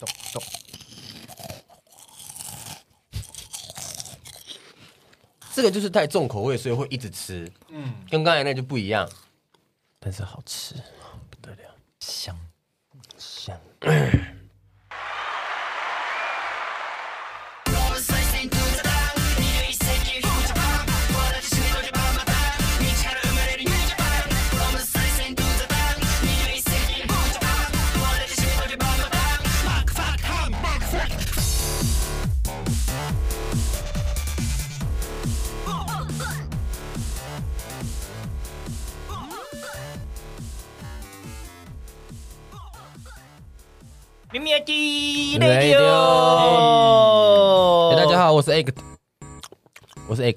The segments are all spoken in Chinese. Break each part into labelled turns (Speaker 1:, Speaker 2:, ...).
Speaker 1: 咚咚。这个就是太重口味，所以会一直吃，
Speaker 2: 嗯，
Speaker 1: 跟刚才那就不一样，但是好吃，不得了，
Speaker 3: 香
Speaker 1: 香。
Speaker 3: 咪咪鸡
Speaker 1: Radio
Speaker 3: 大
Speaker 1: 哎大家
Speaker 3: 哎好。
Speaker 1: 好，我是 egg，我是 egg。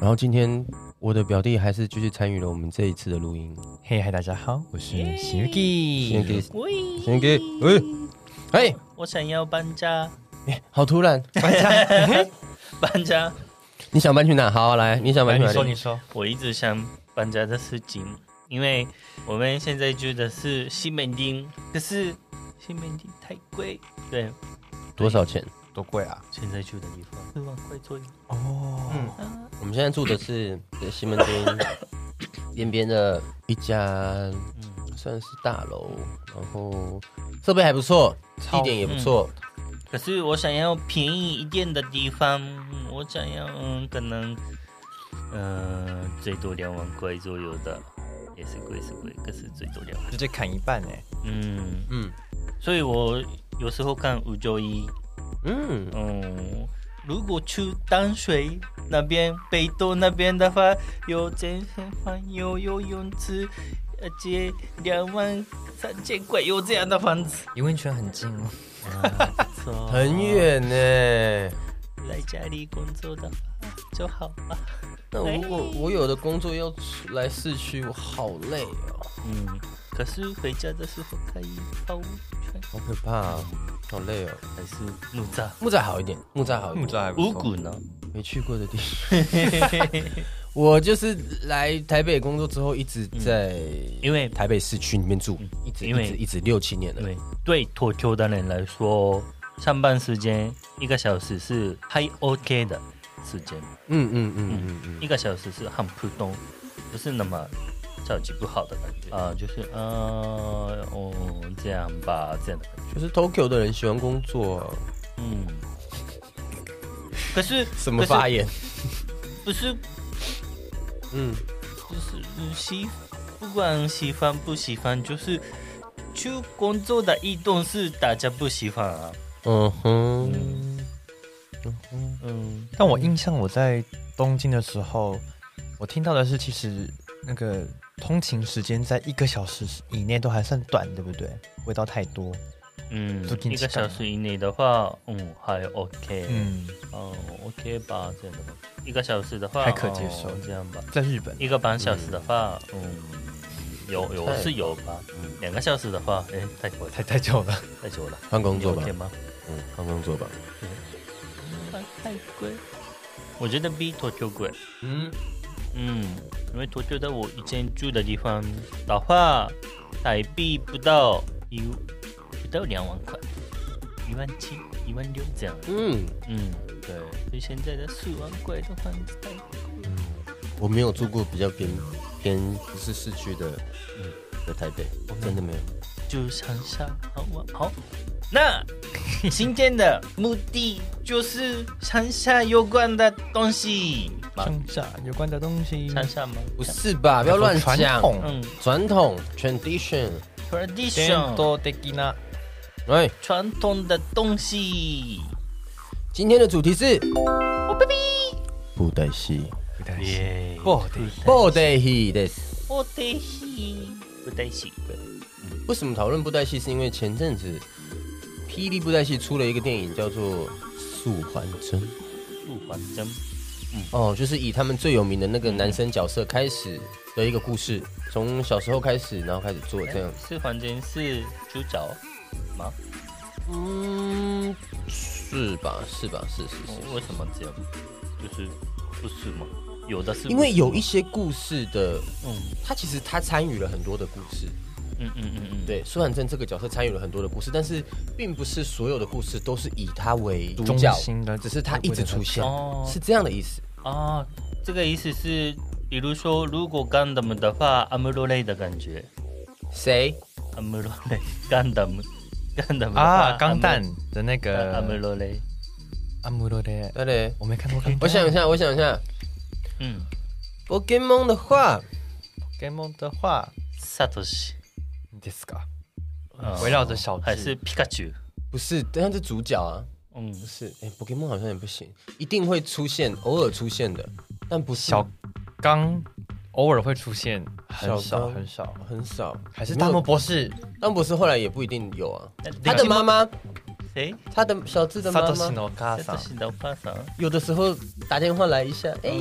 Speaker 1: 然后今天我的表弟还是继续参与了我们这一次的录音。
Speaker 3: 嘿，嗨，大家好，我是
Speaker 1: Shinki
Speaker 3: Shinki。喂
Speaker 1: 先给，喂，哎，
Speaker 3: 我想要搬家，
Speaker 1: 好突然，
Speaker 3: 搬家，
Speaker 1: 你想搬去哪？好，啊来，你想搬
Speaker 2: 来
Speaker 1: 去
Speaker 2: 你
Speaker 1: 哪
Speaker 2: 说你
Speaker 1: 里？
Speaker 2: 说，
Speaker 3: 我一直想搬家的事情，因为我们现在住的是西门町，可是西门町太贵，对，
Speaker 1: 多少钱？
Speaker 2: 多贵啊！
Speaker 3: 现在住的地方四万块左右。
Speaker 4: 哦
Speaker 1: 我们现在住的是呃西门町 边边的一家
Speaker 3: 嗯，
Speaker 1: 算是大楼，然后设备还不错，地点也不错。
Speaker 3: 可是我想要便宜一点的地方，我想要嗯，可能嗯、呃最多两万块左右的，也是贵是贵，可是最多两万。
Speaker 4: 直接砍一半哎，
Speaker 3: 嗯，
Speaker 1: 嗯
Speaker 3: 所以我有时候看五九一，
Speaker 1: 嗯，
Speaker 3: 嗯，如果去淡水那边、北斗那边的话，有健身房，有游泳池，而且两万三千块有这样的房子，
Speaker 4: 游泳圈很近哦。
Speaker 1: 很远呢。
Speaker 3: 来家里工作的话就好吧。
Speaker 1: 那如果我有的工作要出来市区，我好累哦，
Speaker 3: 嗯，可是回家的时候可以泡温泉，
Speaker 1: 好可怕、啊，好累哦。
Speaker 3: 还是木栅、
Speaker 1: 木栅好一点，木栅好一点，
Speaker 4: 还
Speaker 3: 五谷呢？
Speaker 1: 没去过的地方。 我就是来台北工作之后，一直在
Speaker 3: 因为
Speaker 1: 台北市区里面住，一直一
Speaker 3: 嗯因为
Speaker 1: 直一直六七年了。
Speaker 3: 对，对脱臼的人来说，上班时间一个小时是还 OK 的时间，
Speaker 1: 嗯嗯嗯嗯嗯，
Speaker 3: 一个小时是很普通，不是那么超级不好的感觉啊、就是呃，哦这样吧，这样的感觉，
Speaker 1: 就是 Tokyo 的人喜欢工作啊、
Speaker 3: 嗯。可是
Speaker 1: 什么发？言？
Speaker 3: 可是不是
Speaker 1: 嗯，
Speaker 3: 就是嗯喜，不管喜欢不喜欢，就是去工作的移动是大家不喜欢啊。
Speaker 1: 嗯哼，
Speaker 3: 嗯，
Speaker 4: 但我印象我在东京的时候，我听到的是，其实那个通勤时间在一个小时以内都还算短，对不对？味道太多。
Speaker 3: 嗯
Speaker 4: 都，挺
Speaker 3: 一个
Speaker 4: 奇怪
Speaker 3: 小
Speaker 4: 的
Speaker 3: 时以内的话，嗯，还 OK，嗯、
Speaker 4: 嗯，
Speaker 3: 哦、，OK 吧，这样的吧。一个小时的话
Speaker 4: 还可接受
Speaker 3: 哦这样吧。
Speaker 4: 在日本
Speaker 3: 一个半小时的话，嗯，有有是有吧。嗯两个小时的话，哎，太久了，
Speaker 4: 太太久了，
Speaker 3: 太久了。
Speaker 1: 换工作
Speaker 3: 你
Speaker 1: 吧
Speaker 3: OK，吗？
Speaker 1: 嗯，换工作吧。
Speaker 3: 太贵，我觉得比脱臼贵。
Speaker 1: 嗯，
Speaker 3: 嗯，因为我觉得我以前住的地方的话，台币不到一不到两万块，一万七、一万六这样。
Speaker 1: 嗯，
Speaker 3: 嗯，对。所以现在的四万块的房子太贵，
Speaker 1: 我没有住过比较偏偏不是市区的，嗯，哦的台北，真的没有。
Speaker 3: 就想想好玩好。那 今天的目的就是乡下有关的东西嘛？
Speaker 4: 乡下有关的东西。
Speaker 3: 乡下吗？
Speaker 1: 不是吧？不要乱
Speaker 4: 传
Speaker 1: 讲。
Speaker 4: 统
Speaker 3: 嗯
Speaker 1: 传统 tradition，
Speaker 3: ，tradition
Speaker 4: 的吉纳，
Speaker 1: 哎，
Speaker 3: 传统的东西。
Speaker 1: 今天的主题是，布袋戏，
Speaker 3: 耶
Speaker 4: 哎不的
Speaker 1: 布袋戏的。
Speaker 3: 不得戏，不得戏，
Speaker 1: 为什么讨论布袋戏？是因为前阵子霹雳布袋戏出了一个电影，叫做《素还真》。
Speaker 3: 不还真。
Speaker 1: 哦，就是以他们最有名的那个男生角色开始的一个故事，从小时候开始，然后开始做这样。
Speaker 3: 是还真是主角吗？
Speaker 1: 嗯，是吧？是吧？是是
Speaker 3: 哦
Speaker 1: 是。
Speaker 3: 为什么这样？就是不是吗？有的是不是吗，
Speaker 1: 因为有一些故事的，
Speaker 3: 嗯
Speaker 1: 他其实他参与了很多的故事，
Speaker 3: 嗯嗯嗯嗯，
Speaker 1: 对，苏婉珍这个角色参与了很多的故事，但是并不是所有的故事都是以她为主
Speaker 4: 中
Speaker 1: 角，
Speaker 4: 心的，
Speaker 1: 只是她一直出现，
Speaker 3: 哦
Speaker 1: 是这样的意思。
Speaker 3: 啊，这个意思是，比如说如果 Gundam 的话，阿姆罗类的感觉，
Speaker 1: 谁？
Speaker 3: 阿姆罗 类 Gundam，Gundam
Speaker 4: 啊，钢弹的那个
Speaker 3: 阿姆罗类，
Speaker 4: 阿姆罗的，
Speaker 1: 那嘞？
Speaker 4: 呃我没看过钢弹。
Speaker 1: 我想一下，我想一下
Speaker 3: 嗯，
Speaker 1: ，Pokemon 的话，
Speaker 4: g a m o 的话
Speaker 3: 萨托西，
Speaker 4: ，disc
Speaker 3: 嗯
Speaker 4: 围绕着小智
Speaker 3: 还是皮卡丘，
Speaker 1: 不是，但是主角啊，
Speaker 3: 嗯，
Speaker 1: 不是，哎、p o k e m o n 好像也不行，一定会出现，偶尔出现的，但不是
Speaker 4: 小刚，偶尔会出现，很
Speaker 1: 小
Speaker 4: 少
Speaker 1: 刚
Speaker 4: 很少，
Speaker 1: 很少，
Speaker 4: 还是
Speaker 1: 没有
Speaker 4: 大漠博士
Speaker 1: 但不是后来也不一定有啊。
Speaker 3: 那
Speaker 1: 他的妈妈，
Speaker 3: 谁？
Speaker 1: 他的小智的妈
Speaker 4: 萨多西
Speaker 1: 妈，
Speaker 4: 诺卡
Speaker 3: 萨
Speaker 4: 桑
Speaker 3: 托，西的爸爸，
Speaker 1: 有的时候打电话来一下，哎、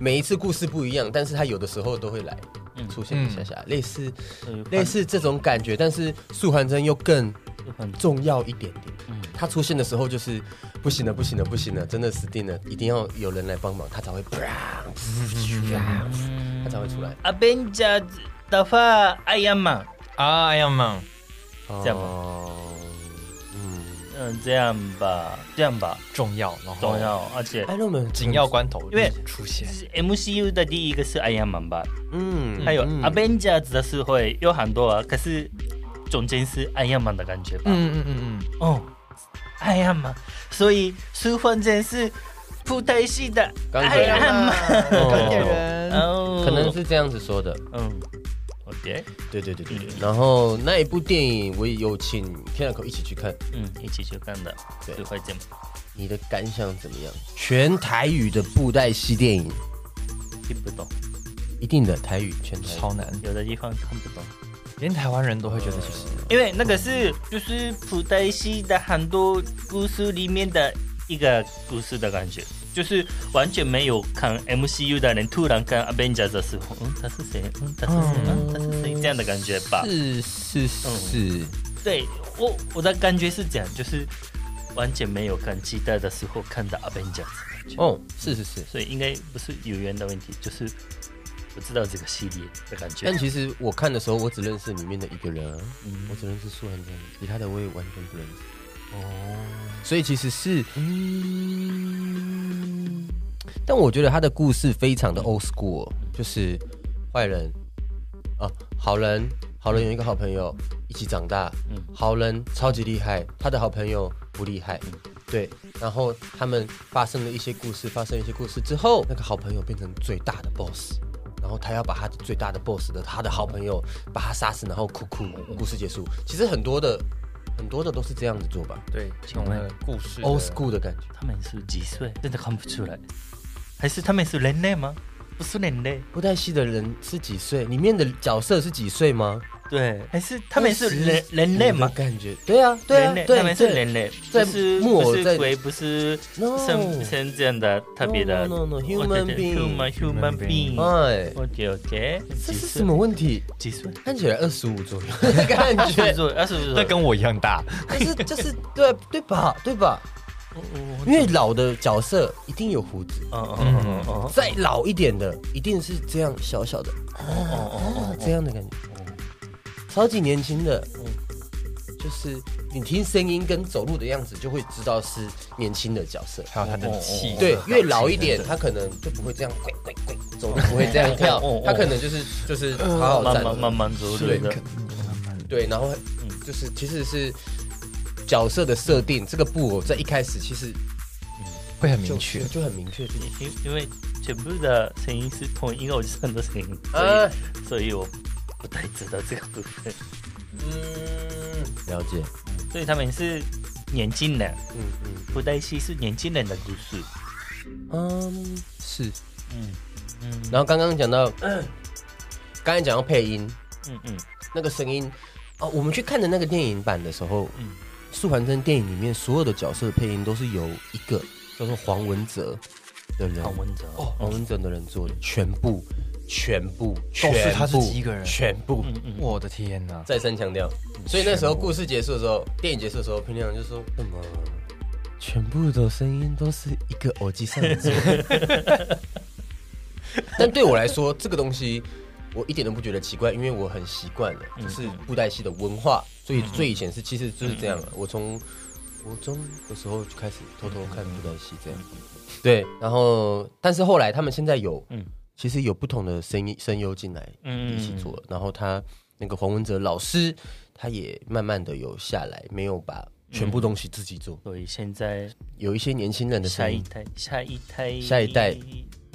Speaker 1: 每一次故事不一样，但是他有的时候都会来
Speaker 3: 嗯，
Speaker 1: 出现一下下，类似
Speaker 3: 所以换
Speaker 1: 类似这种感觉，但是素还真又更
Speaker 3: 换
Speaker 1: 重要一点点。
Speaker 3: 嗯
Speaker 1: 他出现的时候就是不行了，不行了，不行了，真的死定了，一定要有人来帮忙，他才会 啪，他才会出来。
Speaker 3: Avengers 的话，艾亚曼，
Speaker 4: 啊，哎呀妈，
Speaker 1: 这
Speaker 3: 这样吧
Speaker 1: 哦，嗯，
Speaker 3: 嗯，这样吧，这样吧，
Speaker 4: 重要，然后
Speaker 3: 重，要，而且
Speaker 1: 艾诺们
Speaker 4: 紧要，关头
Speaker 3: 因为
Speaker 4: 出现，
Speaker 3: MCU 的第一个是艾亚曼吧，
Speaker 1: 嗯
Speaker 3: 还有
Speaker 1: 嗯
Speaker 3: Avengers 的是会有很多啊，可是总监是艾亚曼的感觉吧？嗯，
Speaker 4: 嗯嗯嗯嗯，
Speaker 3: 哦，艾亚曼，所以苏焕真是布袋戏的
Speaker 1: 钢
Speaker 3: 艾
Speaker 4: 哎
Speaker 1: 铁
Speaker 3: 亚
Speaker 1: 人，
Speaker 3: 曼，
Speaker 1: 哦
Speaker 4: 人，
Speaker 3: 哦，
Speaker 1: 可能是这样子说的。
Speaker 3: 嗯，OK，
Speaker 1: 对对对对对。然后那一部电影，我也有请天然口一起去看，
Speaker 3: 嗯，一起去看的，
Speaker 1: 对
Speaker 3: 就会这样。
Speaker 1: 你的感想怎么样？全台语的布袋戏电影，
Speaker 3: 听不懂，
Speaker 1: 一定的台语全台语。
Speaker 4: 超难，
Speaker 3: 有的地方看不懂，
Speaker 4: 连台湾人都会觉得其实
Speaker 3: 因为那个是就是布袋戏的很多故事里面的一个故事的感觉，就是完全没有看 MCU 的人突然看 Avengers 的时候，嗯，他是谁？嗯，他是谁？嗯，他是谁？这样的感觉吧。
Speaker 1: 是是是，
Speaker 3: 对我我的感觉是这样，就是完全没有看期待的时候看到 Avengers 的感觉，
Speaker 1: 哦，是是是。
Speaker 3: 所以应该不是语言的问题，就是我知道这个系列的感觉
Speaker 1: 但。其实我看的时候，我只认识里面的一个人啊、
Speaker 3: 嗯
Speaker 1: 我只认识苏寒真，其他的我也完全不认识。
Speaker 4: 哦，
Speaker 1: 所以其实是，嗯，但我觉得他的故事非常的 old school，哦就是坏人啊，好人，好人有一个好朋友一起长大，
Speaker 3: 嗯
Speaker 1: 好人超级厉害，他的好朋友不厉害，
Speaker 3: 嗯
Speaker 1: 对，然后他们发生了一些故事，发生一些故事之后，那个好朋友变成最大的 boss。然后他要把他的最大的 boss 的他的好朋友把他杀死，然后哭哭，故事结束。其实很多的很多的都是这样子做吧。
Speaker 4: 对，
Speaker 3: 请
Speaker 4: 从
Speaker 3: 问
Speaker 4: 那个故事的
Speaker 1: old school 的感觉。
Speaker 3: 他们是几岁？真的看不出来，还是他们是人类吗？不是人类，
Speaker 1: 布袋戏的人是几岁？里面的角色是几岁吗？哎
Speaker 3: 对，还是他们是
Speaker 1: 二
Speaker 3: 人
Speaker 1: 十
Speaker 3: 人
Speaker 1: 我
Speaker 3: 类吗
Speaker 1: 的？感觉对啊，对啊
Speaker 3: 人，类，
Speaker 1: 对
Speaker 3: 他们是
Speaker 1: 对
Speaker 3: 人类，
Speaker 1: 在
Speaker 3: 不是
Speaker 1: 木偶
Speaker 3: 不是
Speaker 1: 在
Speaker 3: 鬼，不是
Speaker 1: No
Speaker 3: 生生这样的特别的
Speaker 1: No, no, no, no, human being
Speaker 3: human human
Speaker 4: Human being
Speaker 3: being。
Speaker 1: 哎，
Speaker 3: OK OK，
Speaker 1: 这
Speaker 3: 几
Speaker 1: 是
Speaker 3: 岁
Speaker 1: 什么问题？
Speaker 3: 几岁？
Speaker 1: 看起来二十五左右的感
Speaker 3: 二十
Speaker 1: 觉
Speaker 3: 五，岁，二十五
Speaker 4: 那
Speaker 3: 岁。
Speaker 4: 跟我一样大，
Speaker 1: 但是就是对对吧？对吧？
Speaker 3: 嗯
Speaker 1: 因为老的角色一定有胡子，
Speaker 3: 嗯嗯嗯
Speaker 1: 再老一点的一定是这样小小的，啊
Speaker 3: 哦
Speaker 1: 这样的感觉，超级年轻的
Speaker 3: 嗯，
Speaker 1: 就是你听声音跟走路的样子就会知道是年轻的角
Speaker 3: 哦
Speaker 1: 色。
Speaker 4: 还有他的气，
Speaker 1: 对，越老一
Speaker 4: 真
Speaker 1: 点，
Speaker 4: 的
Speaker 1: 他可能就不会这样跪跪跪走路，不会这样跳
Speaker 3: 哦哦哦，
Speaker 1: 他可能就是就是好
Speaker 3: 哦，
Speaker 1: 好站着
Speaker 3: 慢慢嗯慢慢走路
Speaker 1: 对
Speaker 3: 的，
Speaker 1: 对，然后就是其实是角色的设定，这个布偶在一开始其实
Speaker 4: 会很
Speaker 1: 就
Speaker 4: 明确
Speaker 1: 就，就很明确自己。
Speaker 3: 因因为全部的声音是同一个偶像的声音，所以
Speaker 1: 呃，
Speaker 3: 所以我不太知道这个部分。
Speaker 1: 嗯，了解，
Speaker 3: 所以他们是年轻人，
Speaker 1: 嗯嗯
Speaker 3: 布袋戏是年轻人的故事。
Speaker 1: 嗯，是。
Speaker 3: 嗯嗯
Speaker 1: 然后刚刚讲到，
Speaker 4: 嗯
Speaker 1: 刚才讲到配音，
Speaker 3: 嗯嗯
Speaker 1: 那个声音啊，我们去看的那个电影版的时候，
Speaker 3: 嗯
Speaker 1: 素还真电影里面所有的角色配音都是由一个叫做黄文哲的人，
Speaker 3: 唐文哲
Speaker 1: 哦，黄文哲的人做的，全部，全部，
Speaker 4: 都
Speaker 1: 全
Speaker 4: 是
Speaker 1: 部
Speaker 4: 他自己一个人
Speaker 1: 全部。
Speaker 3: 嗯嗯，
Speaker 4: 我的天哪，
Speaker 1: 再三强调，所以那时候故事结束的时候，电影结束的时候，平良就说：“怎么嗯全部的声音都是一个 耳机上的？”但对我来说，这个东西我一点都不觉得奇怪，因为我很习惯了，
Speaker 3: 嗯
Speaker 1: 就是布袋戏的文化。所以
Speaker 3: 嗯
Speaker 1: 最以前是其实就是这样了，嗯我从国中的时候就开始偷偷看布袋戏这样。嗯对，然后但是后来他们现在有，
Speaker 3: 嗯
Speaker 1: 其实有不同的声音声优进来
Speaker 3: 嗯
Speaker 1: 一起做了，然后他那个黄文哲老师他也慢慢的有下来，没有把全部东西自己做，
Speaker 3: 所以现在
Speaker 1: 嗯有一些年轻人的
Speaker 3: 下
Speaker 1: 声
Speaker 3: 一
Speaker 1: 音。
Speaker 3: 代，下一代，
Speaker 1: 下一代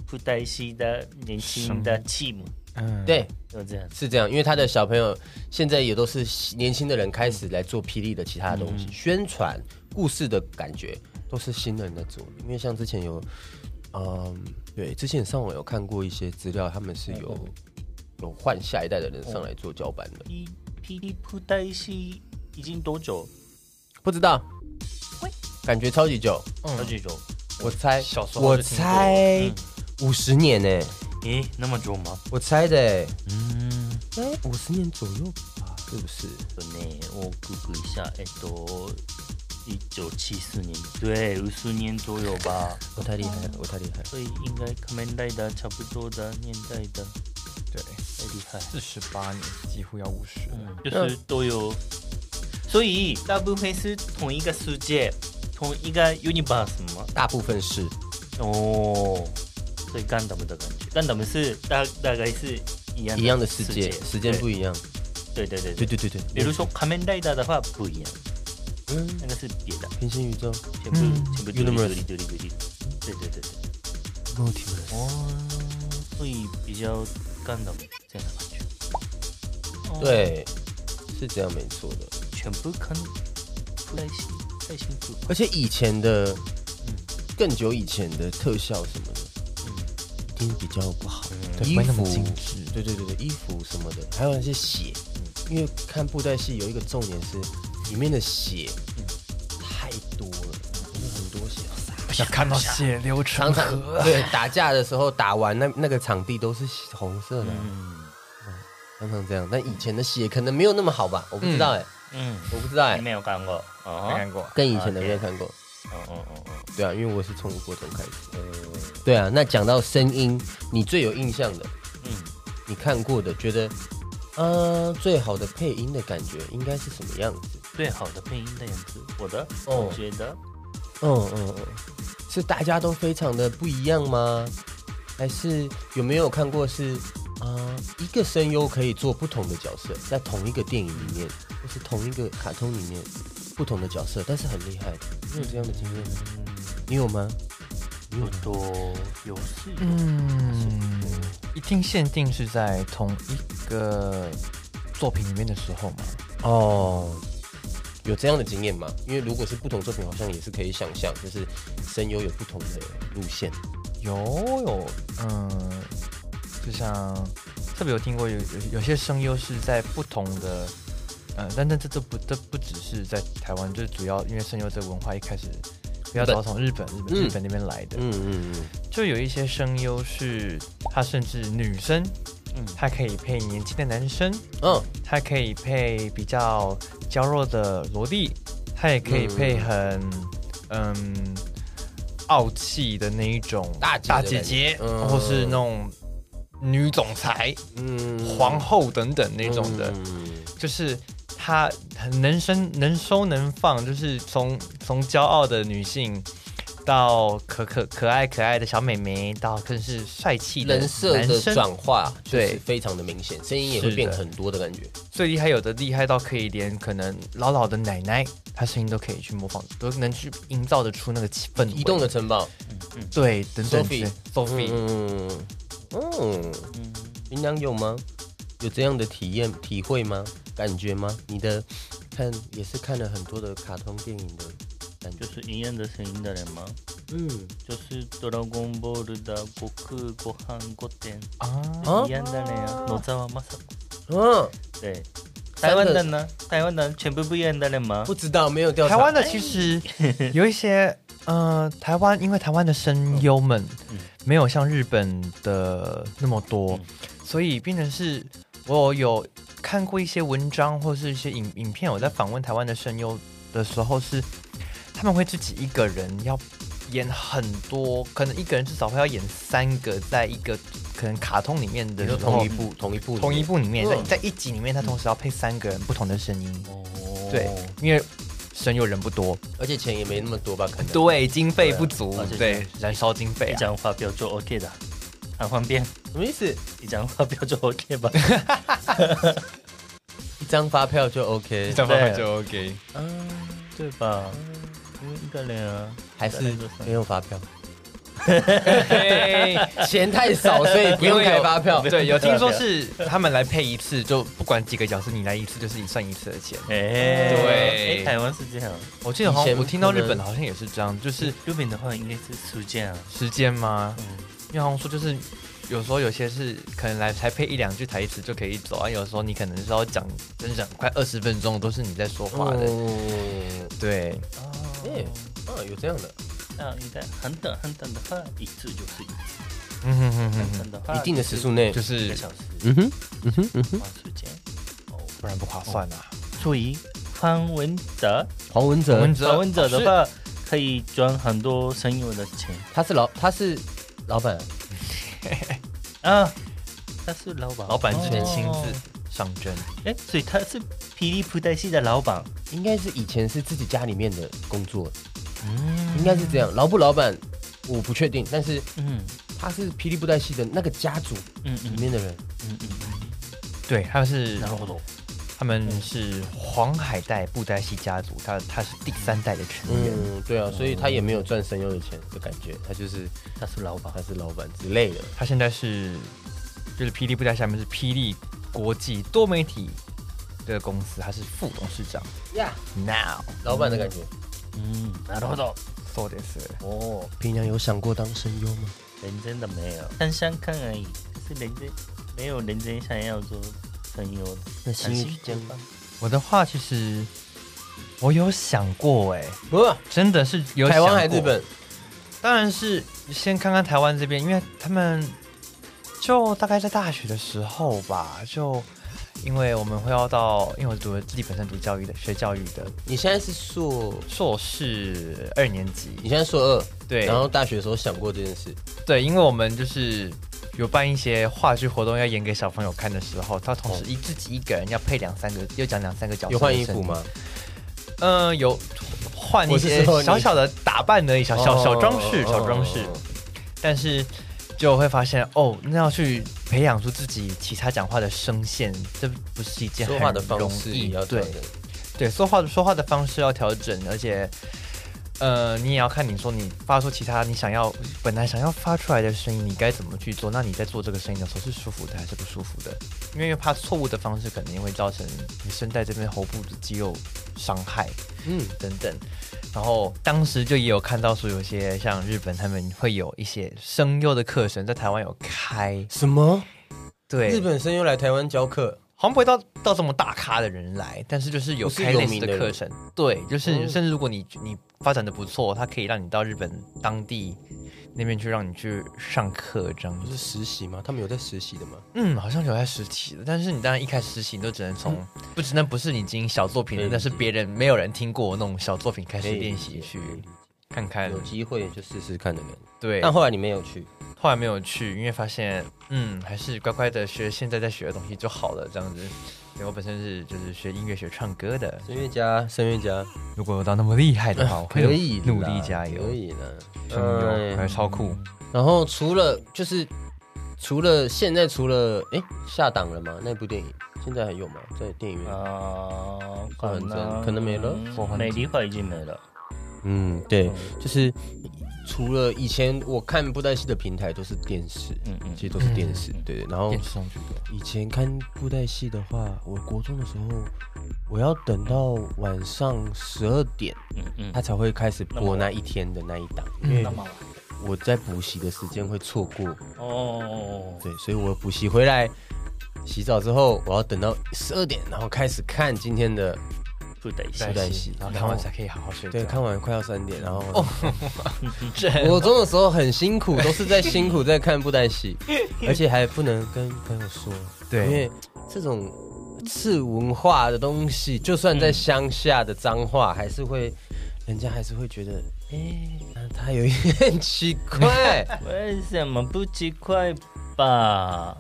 Speaker 3: 布袋戏的年轻的 team
Speaker 4: 嗯，
Speaker 1: 对，
Speaker 3: 就这样子。
Speaker 1: 是这样，因为他的小朋友现在也都是年轻的人开始来做霹雳的其他的东西，宣传故事的感觉都是新人在做。因为像之前有，嗯，对，之前上网有看过一些资料，他们是有、有换下一代的人上来做交班的，
Speaker 3: 一霹雳布袋戏已经多久？
Speaker 1: 不知道，感觉超级久，
Speaker 3: 多
Speaker 4: 嗯
Speaker 3: 久？
Speaker 1: 我猜，
Speaker 4: 小时候
Speaker 1: 我
Speaker 4: 就听过
Speaker 1: 猜五十年呢、
Speaker 3: 咦，那么久吗？
Speaker 1: 我猜的、欸，
Speaker 3: 嗯，
Speaker 1: 哎、五十年左右吧，是不是？
Speaker 3: 有呢，我估估一下，哎，都一九七四年，对，五十年左右吧。
Speaker 1: 我太厉害了，我太厉害了，
Speaker 3: 所以应该 c o m m a n d 的差不多的年代的，
Speaker 4: 对，
Speaker 3: 太厉害。
Speaker 4: 四十八年几乎要五十、
Speaker 3: 嗯，就是都有，所以大部分是同一个世界，同一个 universe 嘛。
Speaker 1: 大部分是。
Speaker 3: 哦，所以 Gundam 的感觉，Gundam 是大大概是一样
Speaker 1: 一样的世界，时间不
Speaker 3: 一
Speaker 1: 一样。
Speaker 3: 对对对
Speaker 1: 对对
Speaker 3: 对。
Speaker 1: 对对，
Speaker 3: 比如说 Kamen Rider 的话不一样，
Speaker 1: 嗯，
Speaker 3: 那个是别的，
Speaker 1: 平行宇宙
Speaker 3: 全部
Speaker 4: 嗯
Speaker 3: 全部
Speaker 1: Universe
Speaker 3: 独立独立独立独立对对对对。
Speaker 1: ，multiverse。
Speaker 3: 哦，所以比较 Gundam 这样的感觉。哦，
Speaker 1: 对，是这样没错的。
Speaker 3: 全部看不太辛太辛苦吧。
Speaker 1: 而且以前的
Speaker 3: 嗯，
Speaker 1: 更久以前的特效什么的，一定比较不好。
Speaker 4: 嗯对，
Speaker 1: 衣
Speaker 4: 没那么
Speaker 1: 服
Speaker 4: 精致。
Speaker 1: 对对对对，衣服什么的，还有那些血，因为看布袋戏有一个重点是里面的血太多了，有很多血。
Speaker 4: 要看到血流成
Speaker 1: 常常
Speaker 4: 河，
Speaker 1: 对打架的时候打完那那个场地都是红色的，
Speaker 3: 嗯
Speaker 1: 常常这样。但以前的血可能没有那么好吧，我不知道哎、
Speaker 3: 嗯，
Speaker 1: 我不知道哎、
Speaker 3: 你没有看过啊
Speaker 4: 没？看过。
Speaker 1: 跟以前的没有看过。
Speaker 3: 嗯嗯嗯嗯，
Speaker 1: 对啊，因为我是从国中开始。对啊，那讲到声音，你最有印象的，
Speaker 3: 嗯，
Speaker 1: 你看过的，觉得，呃，最好的配音的感觉应该是什么样子？
Speaker 3: 最好的配音的样子，我的，
Speaker 1: 哦
Speaker 3: 我觉得
Speaker 1: 嗯嗯嗯，是大家都非常的不一样吗？还是有没有看过是啊、呃一个声优可以做不同的角色，在同一个电影里面，或是同一个卡通里面，不同的角色，但是很厉害的。你有这样的经验吗？你有吗？你有
Speaker 3: 不
Speaker 1: 吗？
Speaker 3: 多有是有，
Speaker 4: 嗯，一定限定是在同一个作品里面的时候嘛？
Speaker 1: 哦，有这样的经验吗？因为如果是不同作品，好像也是可以想象，就是声优有不同的路线。
Speaker 4: 有有，嗯，就像特别有听过有有有些声优是在不同的，嗯，但但这这不这不只是在台湾，就是主要因为声优这个文化一开始比较早从日本日本
Speaker 1: 嗯
Speaker 4: 日本那边来的，
Speaker 1: 嗯嗯嗯，
Speaker 4: 就有一些声优是他甚至女生，
Speaker 3: 嗯
Speaker 4: 她可以配年轻的男生，
Speaker 1: 哦，
Speaker 4: 它可以配比较娇弱的萝莉，它也可以配很嗯傲气的那一种
Speaker 1: 大姐的
Speaker 4: 大
Speaker 1: 感
Speaker 4: 姐
Speaker 1: 觉
Speaker 4: 姐，
Speaker 1: 嗯
Speaker 4: 或是那种女总裁、
Speaker 1: 嗯
Speaker 4: 皇后等等那种的，
Speaker 1: 嗯
Speaker 4: 就是她很能生能收能放，就是从从骄傲的女性。到可可可爱可爱的小美眉，到更是帅气的
Speaker 1: 人设
Speaker 4: 男
Speaker 1: 的
Speaker 4: 生
Speaker 1: 转化就是
Speaker 4: 对
Speaker 1: 非常的明显，声音也
Speaker 4: 是
Speaker 1: 会
Speaker 4: 的
Speaker 1: 变很多的感觉。
Speaker 4: 最厉害，有的厉害到可以连可能老老的奶奶，她声音都可以去模仿，都能去营造得出那个气氛围。
Speaker 1: 移动的城堡，
Speaker 3: 嗯嗯
Speaker 4: 对，等等
Speaker 1: Sophie
Speaker 4: 之类 Sophie，
Speaker 1: 嗯嗯，
Speaker 3: 嗯，
Speaker 1: 云娘有吗？有这样的体验、体会吗？感觉吗？你的看也是看了很多的卡通电影的感觉
Speaker 3: 就。是一样的声音的人吗？
Speaker 1: 嗯，
Speaker 3: 就是《Dragon Ball》的悟空、ご飯、ご天，
Speaker 4: 啊，
Speaker 1: 啊
Speaker 3: 一样的人啊，野沢雅子。
Speaker 1: 嗯，
Speaker 3: 对，
Speaker 1: 三
Speaker 3: 台
Speaker 1: 个
Speaker 3: 湾的呢？台湾的全部不一样的人吗？
Speaker 1: 不知道，没有调查。
Speaker 4: 台湾的其实有一些，呃，台湾因为台湾的声优们
Speaker 3: 嗯
Speaker 4: 没有像日本的那么多
Speaker 3: 嗯，
Speaker 4: 所以变成是我有看过一些文章或是一些影影片，我在访问台湾的声优的时候是，他们会自己一个人要演很多，可能一个人至少会要演三个，在一个可能卡通里面的
Speaker 1: 你说
Speaker 4: 时候
Speaker 1: 同一部同一部
Speaker 4: 同一部里面，
Speaker 1: 嗯
Speaker 4: 在在一集里面，它同时要配三个人不同的声音，
Speaker 1: 哦
Speaker 4: 对，因为声优人不多，
Speaker 1: 而且钱也没那么多吧？可能
Speaker 4: 对，经费不足
Speaker 3: 对啊而且，
Speaker 4: 对，燃烧经费
Speaker 3: 一
Speaker 4: 啊，
Speaker 3: 张发票就 OK 的，很方便。
Speaker 1: 什么意思？
Speaker 3: 一张发票就 OK 吧？
Speaker 1: 一张发票就 OK，啊
Speaker 4: 这
Speaker 3: 对
Speaker 4: 么就 OK。
Speaker 3: 嗯，对吧？因为一个人啊，
Speaker 1: 还是没有发票？
Speaker 4: 嘿
Speaker 1: 钱太少，所以不用开发票。
Speaker 4: 对，有听说是他们来配一次，就不管几个小时，你来一次就是你算一次的钱。
Speaker 3: 哎、
Speaker 4: 对
Speaker 3: 哎台湾是这样，
Speaker 4: 我记得好
Speaker 1: 以
Speaker 4: 像
Speaker 1: 前
Speaker 4: 我听到
Speaker 1: 可
Speaker 4: 日
Speaker 1: 能
Speaker 4: 本好像也是这样，就是
Speaker 3: 日本的话应该是暑假啊，
Speaker 4: 时间吗？
Speaker 3: 嗯，
Speaker 4: 因为好像说就是有时候有些是可能来才配一两句台词就可以走啊，有时候你可能是要讲整整快二十分钟都是你在说话的。
Speaker 1: 哦，
Speaker 4: 对，
Speaker 1: 哎
Speaker 3: 哦，
Speaker 1: 啊，有这样的，
Speaker 3: 那应该啊很短很短的话，一次就是一次，
Speaker 4: 嗯哼哼哼
Speaker 3: 很
Speaker 4: 哼，
Speaker 3: 短的话，
Speaker 1: 一定的时速内
Speaker 4: 就
Speaker 3: 一
Speaker 4: 是
Speaker 3: 个小时，
Speaker 1: 嗯哼，嗯哼，嗯哼。
Speaker 3: 花时间。哦，
Speaker 4: 不然不划算啊。
Speaker 3: 所以方文哲，
Speaker 1: 黄文
Speaker 4: 我
Speaker 1: 哲，
Speaker 4: 们
Speaker 3: 方文哲的话可以赚很多声优的钱
Speaker 1: 他是老他是老板啊，
Speaker 3: 啊，他是老板，
Speaker 4: 老板之前亲
Speaker 3: 哦
Speaker 4: 自上阵，
Speaker 3: 哎，所以他是霹雳布袋戏的老板，
Speaker 1: 应该是以前是自己家里面的工作，
Speaker 4: 嗯，
Speaker 1: 应该是这样。老不老板我不确定，但是
Speaker 3: 嗯
Speaker 1: 他是霹雳布袋戏的那个家族
Speaker 3: 嗯
Speaker 1: 里
Speaker 3: 嗯
Speaker 1: 面的人。
Speaker 3: 嗯嗯
Speaker 4: 对，他们是
Speaker 3: 嗯，然后
Speaker 4: 他们是黄海带布袋戏家族，他他是第三代的成员。
Speaker 1: 嗯，对啊，所以他也没有赚声优的钱的感觉，他就是
Speaker 3: 他是老板
Speaker 1: 他，是老板之类的。
Speaker 4: 他现在是就是霹雳布袋下面是霹雳国际多媒体的公司，他是副董事长。
Speaker 1: 呀，
Speaker 4: Now，
Speaker 1: 老板的感觉。
Speaker 3: 嗯，なるほど。
Speaker 4: そうです。
Speaker 1: 哦，平常有想过当声优吗？
Speaker 3: 认真的没有，看相看而已，可是认真没有认真想要做声优的。
Speaker 1: 那
Speaker 3: 很
Speaker 1: 心
Speaker 3: 辛
Speaker 1: 意
Speaker 3: 苦
Speaker 1: 将
Speaker 3: 吧
Speaker 4: 我的话其实我有想过哎、
Speaker 1: 不是
Speaker 4: 真的是有
Speaker 1: 台湾还
Speaker 4: 想过
Speaker 1: 日本？
Speaker 4: 当然是先看看台湾这边，因为他们就大概在大学的时候吧，就因为我们会要到，因为我读的自己本身读教育的，学教育的
Speaker 1: 你现在是硕，
Speaker 4: 硕士二年
Speaker 1: 你
Speaker 4: 级，
Speaker 1: 现在硕二，
Speaker 4: 对，
Speaker 1: 然后大学的时候想过这件事，
Speaker 4: 对，因为我们就是有办一些话剧活动要演给小朋友看的时候，他同时一自己一个人要配两三个，要讲两三个角色，
Speaker 1: 有换衣服？吗？
Speaker 4: 嗯、有换一
Speaker 1: 我是
Speaker 4: 些
Speaker 1: 说你
Speaker 4: 小小的打扮而已，小小小装饰，
Speaker 1: 哦
Speaker 4: 小装饰。但是就会发现哦，那要去培养出自己其他讲话的声线，这不是一件
Speaker 1: 说
Speaker 4: 很
Speaker 1: 话的方
Speaker 4: 容
Speaker 1: 式也
Speaker 4: 易
Speaker 1: 要
Speaker 4: 对
Speaker 1: 调整
Speaker 4: 对，说话说话的方式要调整，而且。呃，你也要看你说你发出其他你想要本来想要发出来的声音，你该怎么去做？那你在做这个声音的时候是舒服的还是不舒服的？因为怕错误的方式肯定会造成你声带这边喉部的肌肉伤害。
Speaker 1: 嗯，
Speaker 4: 等等。然后当时就也有看到说，有些像日本他们会有一些声优的课程，在台湾有开。
Speaker 1: 什么？
Speaker 4: 对，
Speaker 1: 日本声优来台湾教课，
Speaker 4: 好像不会到到这么大咖的人来，但是就是有
Speaker 1: 不是
Speaker 4: 开
Speaker 1: 有
Speaker 4: 类似
Speaker 1: 名
Speaker 4: 的
Speaker 1: 的
Speaker 4: 课
Speaker 1: 人
Speaker 4: 程。对，就是
Speaker 1: 哦
Speaker 4: 甚至如果你你发展的不错，它可以让你到日本当地那边去，让你去上课这样
Speaker 1: 不
Speaker 4: 子。
Speaker 1: 是实习吗？他们有在实习的吗？
Speaker 4: 嗯，好像有在实体的，但是你当然一开始实习，你都只能从、
Speaker 1: 嗯
Speaker 4: 不只能不是你已经小作品了，
Speaker 1: 可以
Speaker 4: 但是
Speaker 1: 理解
Speaker 4: 别人没有人听过那种小作品开
Speaker 1: 可
Speaker 4: 始
Speaker 1: 以
Speaker 4: 练
Speaker 1: 理
Speaker 4: 习
Speaker 1: 解
Speaker 4: 去看看
Speaker 1: 有。机会就试试看的感觉。
Speaker 4: 对，
Speaker 1: 但后来你没有去，
Speaker 4: 后来没有去，因为发现，嗯，还是乖乖的学现在在学的东西就好了，这样子。因为我本身是就是学音乐、学唱歌的，
Speaker 1: 声乐家，声乐家
Speaker 4: 如果有到那么厉害的话，我 会
Speaker 1: 可以啦
Speaker 4: 努力加油
Speaker 1: 可，以的。
Speaker 4: 声优
Speaker 1: 哎
Speaker 4: 还超酷。
Speaker 1: 然后除了就是除了现在除了哎下档了吗？那部电影现在还有吗？在电影院？
Speaker 3: 啊，
Speaker 1: 可能可能没了
Speaker 4: 我很
Speaker 3: 美丽华已经没了。
Speaker 1: 嗯，
Speaker 4: 哦
Speaker 1: 对，就是除了以前我看布袋戏的平台都是电视，
Speaker 3: 嗯嗯
Speaker 1: 其实都是电视，对对。然后
Speaker 4: 电视上去的，
Speaker 1: 以前看布袋戏的话，我国中的时候，我要等到晚上十二点，
Speaker 3: 嗯嗯
Speaker 1: 他才会开始播那一天的那一档，因为
Speaker 4: 嗯，
Speaker 3: 么晚
Speaker 1: 我在补习的时间会错过，
Speaker 3: 어,哦，
Speaker 1: 对，所以我补习回来。洗澡之后，我要等到十二点，然后开始看今天的，
Speaker 3: 不得
Speaker 1: 布袋戏
Speaker 4: 然
Speaker 1: 然
Speaker 4: 后看
Speaker 1: 后
Speaker 4: 完才可以好好睡觉。
Speaker 1: 对，看完快要三点，然后
Speaker 4: 这
Speaker 1: 国中的时候很辛苦，都是在辛苦在看布袋 戏，而且还不能跟朋友说，
Speaker 4: 对
Speaker 1: 因为这种次文化的东西，就算在乡下的脏话，还是会，人家还是会觉得，哎、他有一点奇怪，
Speaker 3: 为什么不奇怪？吧？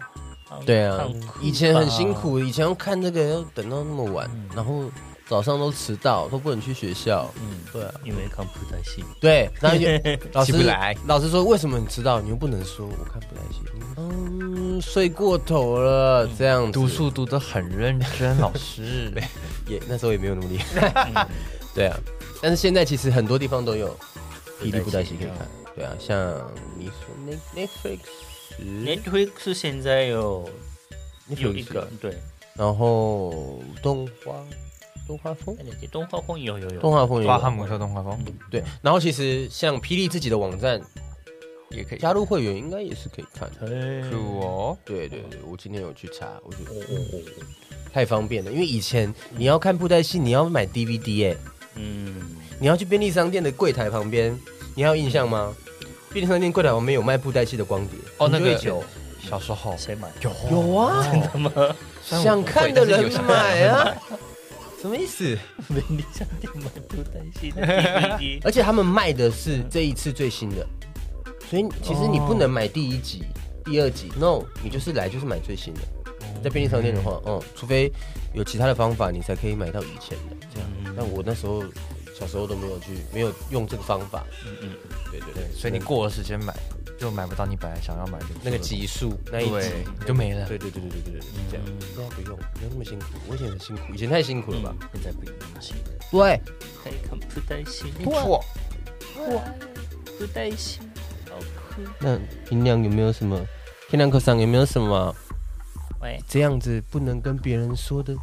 Speaker 3: 好
Speaker 1: 对啊
Speaker 3: 痛苦，
Speaker 1: 以前很
Speaker 3: 吧
Speaker 1: 辛。苦，以前要看这个要等到那么晚，
Speaker 3: 嗯
Speaker 1: 然后早上都迟到，都不能去学校。
Speaker 3: 嗯，
Speaker 1: 对啊，
Speaker 3: 因为看不太行。
Speaker 1: 对，然 后就老师
Speaker 4: 起不来，
Speaker 1: 老师说为什么你迟到？你又不能说我看不来行，嗯，睡过头了这样子。
Speaker 4: 读书读得很认真，老师。
Speaker 1: 也那时候也没有那么厉害，对啊。但是现在其实很多地方都有霹雳布袋戏可以看，对啊，像你说 Net- Netflix。
Speaker 3: Netflix 现在有有一个，对，
Speaker 1: 然后动画，动画风，
Speaker 3: 那个东方风有有
Speaker 1: 动
Speaker 3: 有，
Speaker 1: 画风也
Speaker 4: 哇，汉
Speaker 1: 有，
Speaker 4: 姆特动画风
Speaker 1: 对。然后其实像霹雳自己的网站
Speaker 4: 也可以
Speaker 1: 加入会员，应该也是可以看
Speaker 4: 嗯
Speaker 1: 的。
Speaker 3: 哎
Speaker 4: 入哦。
Speaker 1: 对对对，我今天有去查，我觉得
Speaker 4: 嗯
Speaker 1: 太方便了，因为以前你要看布袋戏，你要买 DVD 哎、
Speaker 3: 嗯，
Speaker 1: 你要去便利商店的柜台旁边，你还有印象吗？便利商店柜台旁边有卖布袋戏的光碟，
Speaker 4: 哦那个
Speaker 1: 很久以前有
Speaker 4: 小时候
Speaker 3: 谁买？
Speaker 4: 有
Speaker 1: 有啊，
Speaker 3: 那么
Speaker 4: 虽然
Speaker 1: 想
Speaker 4: 我不会
Speaker 1: 看的
Speaker 4: 但是
Speaker 1: 人
Speaker 4: 有想看的
Speaker 1: 买
Speaker 4: 人
Speaker 1: 啊，什么意思？
Speaker 3: 便利商店买不担心的 DVD，
Speaker 1: 而且他们卖的是这一次最新的，所以其实你不能买第一集、第二集，no，你就是来就是买最新的。在便利商店的话，嗯，除非有其他的方法，你才可以买到以前的这样。但我那时候小时候都没有去，没有用这个方法。
Speaker 3: 嗯嗯，
Speaker 1: 对对对，
Speaker 4: 所以你过了时间买，就买不到你本来想要买的
Speaker 1: 那个集数那一集
Speaker 4: 对就没了
Speaker 1: 对对对对对对对，这样不要不用，不用那么辛苦。我以前很辛苦，以前太辛苦了吧？
Speaker 3: 现在不用担心，
Speaker 1: 对，
Speaker 3: 可以看不担心，
Speaker 4: 错。
Speaker 3: 不担心，好酷。
Speaker 1: 那平良有没有什么？天亮课上有没有什么
Speaker 3: 喂，
Speaker 1: 这样子不能跟别人说的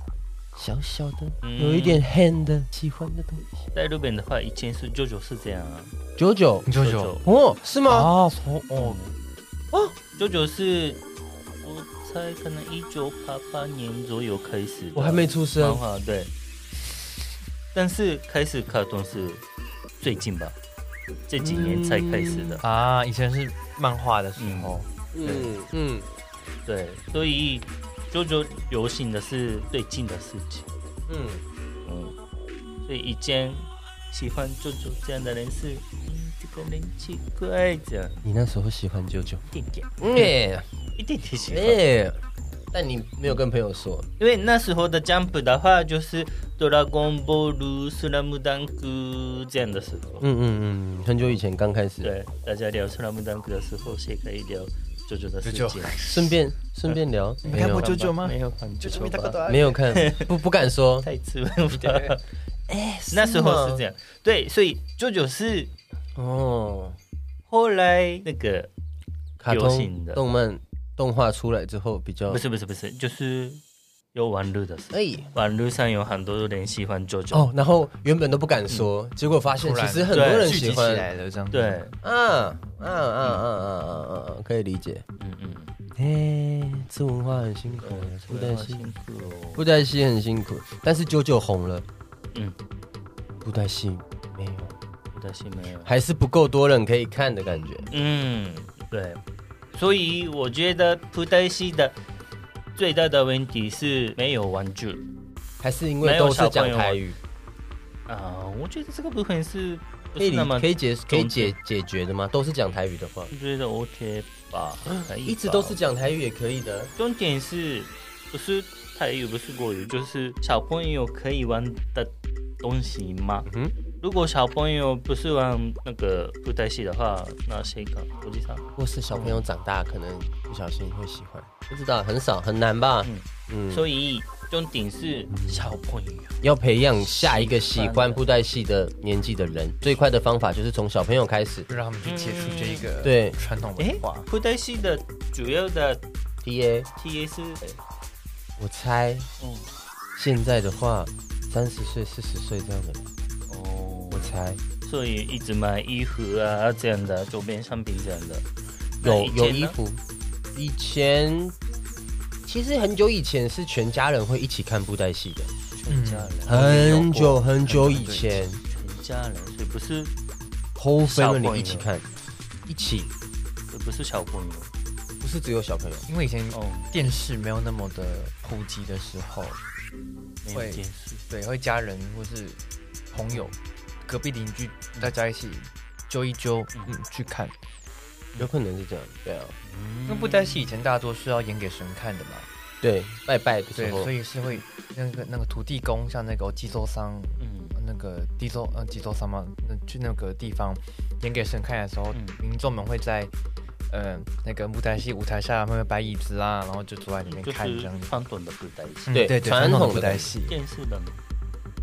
Speaker 1: 小小的、
Speaker 3: 嗯
Speaker 1: 有一点 hand 的喜欢的东西？
Speaker 3: 在日本的话，以前是舅舅是这样啊，
Speaker 1: 九九
Speaker 4: 舅舅
Speaker 1: 哦，是吗？
Speaker 4: 啊，从哦，
Speaker 3: 舅舅是我猜可能一九八八年左右开始的，
Speaker 1: 我还没出
Speaker 3: 漫
Speaker 1: 生，
Speaker 3: 画对，但是开始卡通是最近吧，这几年才开始的，
Speaker 4: 啊，以前是漫画的时候，
Speaker 1: 嗯嗯，
Speaker 3: 对，所以舅舅流行的是最近的事情，
Speaker 1: 嗯，
Speaker 3: 嗯，所以以前喜欢舅舅这样的人是，嗯，这个人奇怪这样
Speaker 1: 你那时候喜欢九九？
Speaker 3: 一点点，
Speaker 1: 哎
Speaker 3: 一点点喜欢。
Speaker 1: 哎，但你没有跟朋友说，
Speaker 3: 因为那时候的 Jump 的话，就是《ドラゴンボール》《スラムダンク》这样的时候。
Speaker 1: 嗯嗯嗯，很久以前刚开始，
Speaker 3: 对，大家聊《スラムダンク》的时候，谁可以聊九九的事情
Speaker 4: 九九？
Speaker 1: 顺便顺便聊，没有
Speaker 4: 九九吗
Speaker 3: 没有看九九吧？
Speaker 1: 没有 看，不不敢说，
Speaker 3: 太次文化。哎，那时候是这样。对，所以九九是
Speaker 1: 哦，
Speaker 3: 后来那个
Speaker 1: 卡
Speaker 3: 流行
Speaker 1: 通
Speaker 3: 的
Speaker 1: 动漫动画出来之后比较
Speaker 3: 不，是不是不是，就是有网络的时候，
Speaker 1: 哎。
Speaker 3: 网络上有很多人喜欢九九。
Speaker 1: 哦，然后原本都不敢说，结果发现
Speaker 4: 突
Speaker 1: 其
Speaker 4: 然
Speaker 1: 实很多人
Speaker 4: 聚
Speaker 1: 喜
Speaker 4: 集起
Speaker 1: 欢，
Speaker 4: 来了这样子。
Speaker 3: 对，
Speaker 1: 嗯嗯嗯嗯嗯嗯嗯嗯，可以理解。
Speaker 3: 嗯嗯，
Speaker 1: 哎，吃文化很辛苦，布袋戏
Speaker 3: 辛苦哦。
Speaker 1: 布袋戏很辛苦，但是九九红了，
Speaker 3: 嗯，
Speaker 1: 布袋戏没有，
Speaker 3: 不担心没有。
Speaker 1: 还是不够多人可以看的感觉。
Speaker 3: 嗯，对，所以我觉得布袋戏的最大的问题是没有玩具
Speaker 1: 还是因为都是讲台语，
Speaker 3: 啊、我觉得这个部分是不
Speaker 1: 可以
Speaker 3: 是
Speaker 1: 理
Speaker 3: 那么
Speaker 1: 可以解可以解
Speaker 3: 重
Speaker 1: 解决的吗？都是讲台语的话，
Speaker 3: 觉得 OK 吧？可以吧
Speaker 1: 一直都是讲台语也可以的。
Speaker 3: 重点是不是台语不是国语，就是小朋友可以玩的东西吗？
Speaker 1: 嗯
Speaker 3: 如果小朋友不是玩那个布袋戏的话，那谁敢？我就想，
Speaker 4: 嗯
Speaker 1: 或是小朋
Speaker 3: 嗯
Speaker 1: 友长大可能不小心会喜欢，不知道很少很难吧
Speaker 3: 嗯？
Speaker 1: 嗯，
Speaker 3: 所以重点是小朋友。
Speaker 1: 要培养下一个喜欢布袋戏的年纪的人，最快的方法就是从小朋友开始。
Speaker 4: 就让他们去接触这一个
Speaker 1: 对
Speaker 4: 传统
Speaker 3: 哎
Speaker 4: 文化，。
Speaker 3: 布袋戏的主要的
Speaker 1: T A，
Speaker 3: T A 是，
Speaker 1: 我猜
Speaker 3: 嗯，
Speaker 1: 现在的话，三十岁、四十岁这样的人，
Speaker 3: 哦
Speaker 1: 我，猜
Speaker 3: 所以一直买衣服啊这样的周边商品这样的，那
Speaker 1: 有
Speaker 3: 以前
Speaker 1: 有
Speaker 3: 呢
Speaker 1: 衣服。以前其实很久以前是全家人会一起看布袋戏的，
Speaker 3: 全家人，
Speaker 4: 嗯
Speaker 1: 很
Speaker 3: 哦
Speaker 1: 久很久以前，
Speaker 3: 全家人，所以不是，
Speaker 1: whole
Speaker 3: 小朋
Speaker 1: family
Speaker 3: 友
Speaker 1: 一起看，一起
Speaker 3: 所以不是小朋友，
Speaker 1: 不是只有小朋友。
Speaker 4: 因为以前
Speaker 3: 哦，
Speaker 4: 电视没有那么的普及的时候，
Speaker 3: 没有
Speaker 4: 会
Speaker 3: 电视，
Speaker 4: 对，会家人或是朋友、隔壁邻居大家一起揪一揪，嗯，去看。
Speaker 1: 有可能是这样，对啊，
Speaker 3: 嗯
Speaker 4: 那布袋戏以前大多是要演给神看的嘛，
Speaker 1: 对，拜拜的时
Speaker 4: 对，
Speaker 1: 候
Speaker 4: 所，以是会那个那个土地公，像那个基州桑，
Speaker 3: 嗯
Speaker 4: 那个基州呃基州桑嘛，那去那个地方演给神看的时候，
Speaker 3: 嗯
Speaker 4: 民众们会在呃那个布袋戏舞台下面摆椅子啊啦，然后就坐在里面
Speaker 3: 就
Speaker 4: 看这
Speaker 3: 是
Speaker 4: 样子。
Speaker 3: 传统的布袋戏，
Speaker 4: 嗯
Speaker 1: 对
Speaker 4: 对
Speaker 1: 传
Speaker 4: 统
Speaker 1: 统
Speaker 4: 的
Speaker 1: 的
Speaker 4: 布袋戏，
Speaker 3: 电视的呢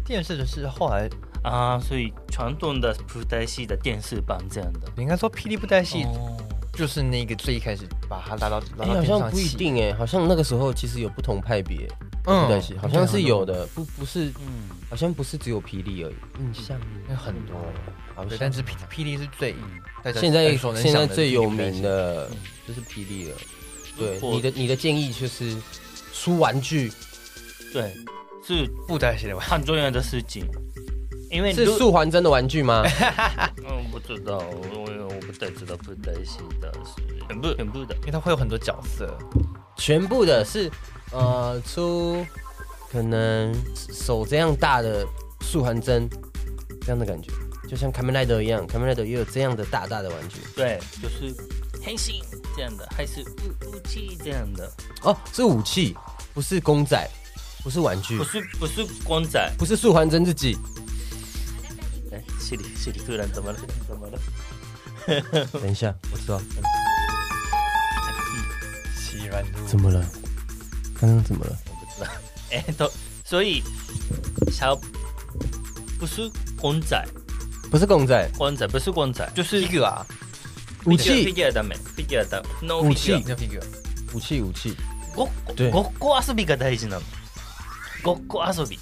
Speaker 4: 电视的是后来
Speaker 3: 啊，所以传统的布袋戏的电视版这样的
Speaker 4: 应该说霹雳布袋戏
Speaker 3: 哦，
Speaker 4: 就是那个最一开始把它拉到拉
Speaker 1: 哎，
Speaker 4: 到
Speaker 1: 好
Speaker 4: 冰
Speaker 1: 像
Speaker 4: 上
Speaker 1: 不一
Speaker 4: 去，
Speaker 1: 定哎，好像那个时候其实有不同派别
Speaker 4: 嗯
Speaker 1: 布袋哦戏，好像是有，的，不不是，
Speaker 3: 嗯，
Speaker 1: 好像不是只有霹雳而已，嗯印象
Speaker 4: 应该很多。
Speaker 1: 好
Speaker 4: 对，
Speaker 1: 像
Speaker 4: 但是霹霹雳是
Speaker 3: 嗯
Speaker 4: 最大家
Speaker 1: 现在
Speaker 4: 耳熟能
Speaker 1: 现
Speaker 4: 详
Speaker 1: 在
Speaker 4: 的霹
Speaker 1: 最
Speaker 4: 雳
Speaker 1: 有
Speaker 4: 布袋
Speaker 1: 名
Speaker 4: 戏
Speaker 1: 的就是霹雳了。对，
Speaker 3: 如果
Speaker 1: 你的你的建议就是出玩具
Speaker 3: 对是
Speaker 4: 布袋戏的吧？
Speaker 3: 很重要的事情，因
Speaker 4: 哎
Speaker 3: 为
Speaker 1: 是
Speaker 3: 如
Speaker 1: 素还真的玩具吗？
Speaker 3: 嗯不知道，我我我不太知道布袋戏的是全部全部的
Speaker 4: 因为它会有很多角色，
Speaker 1: 全部的是呃出可能手这样大的素还真这样的感觉，就像卡梅莱德一样，卡梅莱德也有这样的大大的玩具
Speaker 3: 对，就是黑心这样的，还是武武器这样的，
Speaker 1: 哦，是武器，不是公仔，不是玩具
Speaker 3: 不，是不是光仔，
Speaker 1: 不是素还真自己。
Speaker 3: 哎，西里西里突然怎么了？怎么了？
Speaker 1: 等一下，我知道
Speaker 4: 喜欢路
Speaker 1: 怎么了，刚刚怎么了？
Speaker 3: 我不知道。 哎，都所以小不是公仔，
Speaker 1: 不是公仔，
Speaker 3: 公仔不是公仔，就
Speaker 4: 就是一个啊，
Speaker 1: 武
Speaker 3: figure-
Speaker 1: 器，
Speaker 3: figure だめ figure だ no
Speaker 1: 武器
Speaker 3: figure
Speaker 4: 那一个
Speaker 1: 武器，武器。
Speaker 3: ごっこ
Speaker 1: 对
Speaker 3: ごっこ遊びが大事なの。ごっこ遊び。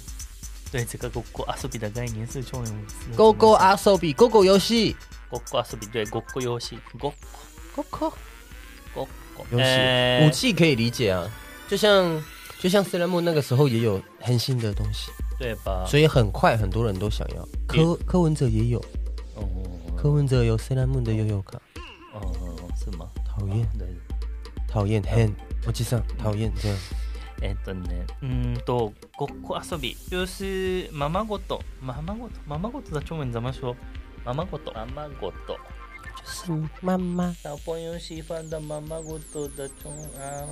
Speaker 3: 对，这个“狗狗遊び”的概念是重要的。
Speaker 1: 勾勾，阿手比勾勾游戏，
Speaker 3: 狗狗遊び对，ごっこ游戏，ごっ
Speaker 1: 勾勾
Speaker 3: こ、ごっ
Speaker 1: 游戏、
Speaker 3: こ。えー
Speaker 1: 武器可以理解啊，就像就像斯莱姆那个时候也有很新的东西，
Speaker 3: 对吧？
Speaker 1: 所以很快很多人都想要。柯柯文哲也有，
Speaker 3: 嗯嗯
Speaker 1: 柯文哲有斯莱姆的悠悠卡，
Speaker 3: 嗯嗯嗯，是吗？
Speaker 1: 讨厌
Speaker 3: 对。
Speaker 1: 讨厌 hand，我记上讨厌这样。
Speaker 3: えっとね、うーんと、ごっこ遊び。要是、ままごと。ままごと。ままごとだ、ちょもんざましょう。ままごと。ままごと。
Speaker 1: 就是妈妈
Speaker 3: 小朋友喜欢的ままごとだ、ちょん、あ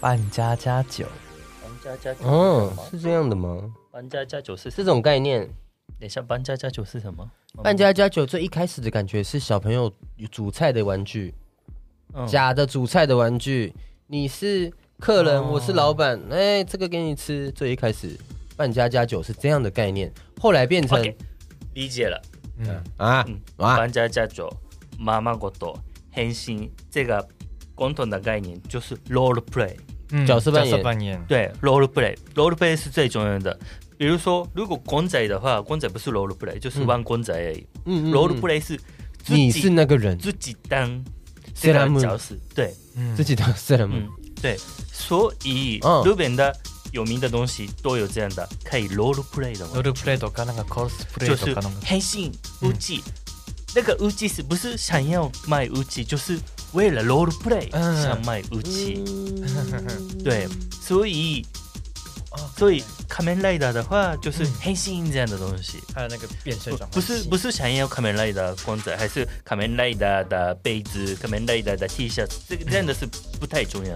Speaker 4: 扮家家酒，
Speaker 3: 搬家家酒
Speaker 1: 哦
Speaker 3: 是什，么？
Speaker 1: 是这样的吗？
Speaker 3: 搬家家酒是
Speaker 1: 这
Speaker 3: 是？
Speaker 1: 种概念，
Speaker 3: 等一下，搬家家酒是什么？
Speaker 1: 扮家家酒最一开始的感觉是小朋友煮菜的玩具，
Speaker 3: 嗯
Speaker 1: 假的煮菜的玩具，你是客人，
Speaker 3: 哦
Speaker 1: 我是老板，哎、这个给你吃。最一开始，半家家酒是这样的概念，后来变成
Speaker 3: OK 理解了。
Speaker 4: 嗯，
Speaker 1: 啊
Speaker 3: 嗯
Speaker 1: 啊，
Speaker 3: 搬家家酒、ままごと、変身，这个共同的概念就是 role play。
Speaker 4: 嗯
Speaker 1: 角色扮演
Speaker 4: 角色扮演，
Speaker 3: 对，role play，role play 是最重要的。比如说，如果公仔的话，公仔不是 role play，就是玩公仔而已。
Speaker 1: 嗯
Speaker 3: role play 是自
Speaker 1: 你是
Speaker 3: 己
Speaker 1: 那个人，
Speaker 3: 自己当这
Speaker 1: 虽然
Speaker 3: 个角色，对，
Speaker 4: 嗯
Speaker 1: 自己当虽然
Speaker 3: 嗯，对。所以
Speaker 1: 嗯
Speaker 3: 日本的有名的东西都有这样的可以 role play 的
Speaker 4: ロ
Speaker 3: 嘛，
Speaker 4: ールプレイとかなんかコスプレ
Speaker 3: 就
Speaker 4: イと
Speaker 3: 是
Speaker 4: かなんか
Speaker 3: 黑心武器。那个武器是不是想要卖武器，就是为了 role play
Speaker 4: 嗯
Speaker 3: 想卖武器？
Speaker 1: 嗯
Speaker 3: 对，所以
Speaker 4: 哦
Speaker 3: 所以仮面 r i d e r 的话就是
Speaker 4: 嗯
Speaker 3: 黑心这样的东西，
Speaker 4: 还有那个变身
Speaker 3: 不
Speaker 4: 转
Speaker 3: 不
Speaker 4: 换
Speaker 3: 是
Speaker 4: 器
Speaker 3: 不是想要仮面 r i d e r 公仔，还是仮面 r i d e r 的杯子、仮面 r i d e r 的 T 恤，这个真的是不太重要，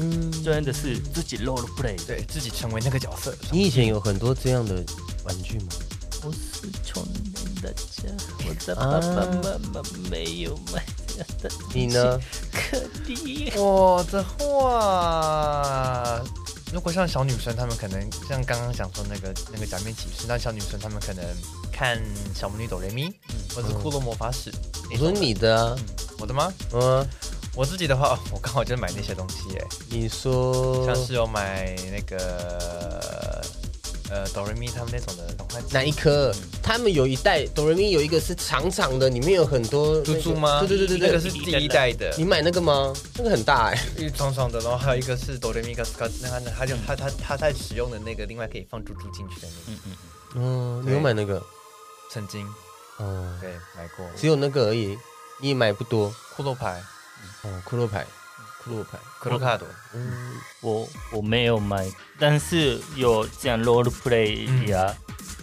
Speaker 1: 嗯，
Speaker 3: 重要的是自己 role play。，
Speaker 4: 对自己成为那个角色，
Speaker 1: 你以前有很多这样的玩具吗？
Speaker 3: 我是穷人的家，我的爸爸妈妈没有买这样的，
Speaker 1: 你呢？
Speaker 3: 可怜。
Speaker 4: 我的话。如果像小女生，她们可能像刚刚讲说那个那个假面骑士，那小女生她们可能看小魔女哆瑞咪，
Speaker 1: 嗯
Speaker 4: 或者是骷髅魔法使。
Speaker 1: 我说你的啊，
Speaker 4: 我的吗？
Speaker 1: 嗯，
Speaker 4: 我自己的话，哦我刚好就买那些东西哎，
Speaker 1: 你说
Speaker 4: 像是有买那个呃哆瑞咪他们那种的转换器
Speaker 1: 哪一颗？他们有一代哆瑞咪有一个是长长的，里面有很多那
Speaker 4: 猪
Speaker 1: 个
Speaker 4: 猪吗？
Speaker 1: 对对对对
Speaker 4: 那
Speaker 1: 对
Speaker 4: 个，是第一代的，
Speaker 1: 你买那个吗？那个很大哎、
Speaker 4: 一爽爽的，然后还有一个是哆瑞咪嘎斯嘎，那它它就它它它在使用的那个，另外可以放猪猪进去的那个，
Speaker 3: 嗯嗯，
Speaker 1: 嗯，你
Speaker 4: 对
Speaker 1: 有买那个？
Speaker 4: 曾经
Speaker 1: 哦，
Speaker 4: 对买过
Speaker 1: 只有那个而已，你也买不多。
Speaker 4: 骷髅牌、
Speaker 1: 哦，骷髅牌，骷髅牌，
Speaker 4: 骷髅卡朵，
Speaker 1: 嗯，
Speaker 3: 我我没有买，但是有这样 role play 呀、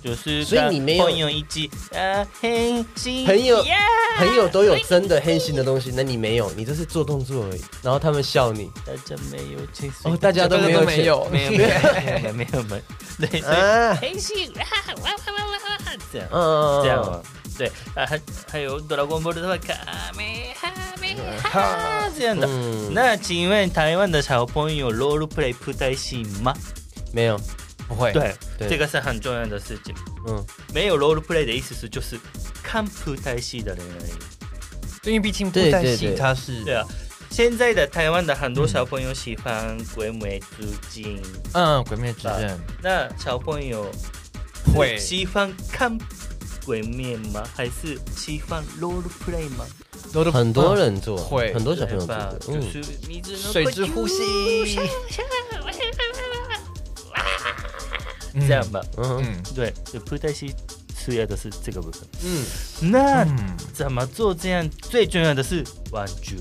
Speaker 3: 就是
Speaker 1: 所以你没有
Speaker 3: 朋友一起啊，很心
Speaker 1: 朋友
Speaker 3: 呀
Speaker 1: 朋友都有真的黑心的东西，那你没有，你这是做动作而已。然后他们笑你，
Speaker 3: 大家没有情绪
Speaker 1: 哦，大家都没有
Speaker 4: 都
Speaker 1: 钱，
Speaker 4: 没有
Speaker 3: 没有没有没有没有没有，对，所以
Speaker 1: 啊，
Speaker 3: 很心啊，哇哇哇哇哇，这样
Speaker 1: 嗯，
Speaker 3: 这样嘛，对啊，还还有哆啦 A 梦的话，卡梅哈梅哈这样的。
Speaker 1: 嗯，那
Speaker 3: 啊那请问台湾的小朋友 role play 不太行吗？
Speaker 1: 没有，
Speaker 4: 不会，
Speaker 3: 对，
Speaker 1: 对
Speaker 3: 这个是很重要的事情。
Speaker 1: 嗯，
Speaker 3: 没有 role play 的意思是就是看不太戏的人而已。
Speaker 4: 因为毕竟布
Speaker 1: 对
Speaker 4: 袋
Speaker 1: 对
Speaker 4: 戏
Speaker 1: 对
Speaker 4: 它是
Speaker 3: 对啊，现在的台湾的很多小朋友喜欢鬼美之境，
Speaker 4: 嗯，鬼灭之刃
Speaker 3: 那小朋友
Speaker 4: 会
Speaker 3: 喜欢看鬼灭吗？还是喜欢 role play 吗？
Speaker 1: 很多人做，
Speaker 4: 会
Speaker 1: 很多小朋友做
Speaker 3: 吧
Speaker 1: 的，
Speaker 3: 就
Speaker 1: 嗯，
Speaker 3: 是你只能
Speaker 4: 水之呼吸，嗯
Speaker 3: 这样吧。
Speaker 1: 嗯
Speaker 4: 嗯
Speaker 3: 对，就不太戏主要的是这个部分。
Speaker 1: 嗯
Speaker 3: 那
Speaker 4: 嗯，
Speaker 3: 怎么做这样？最重要的是玩具，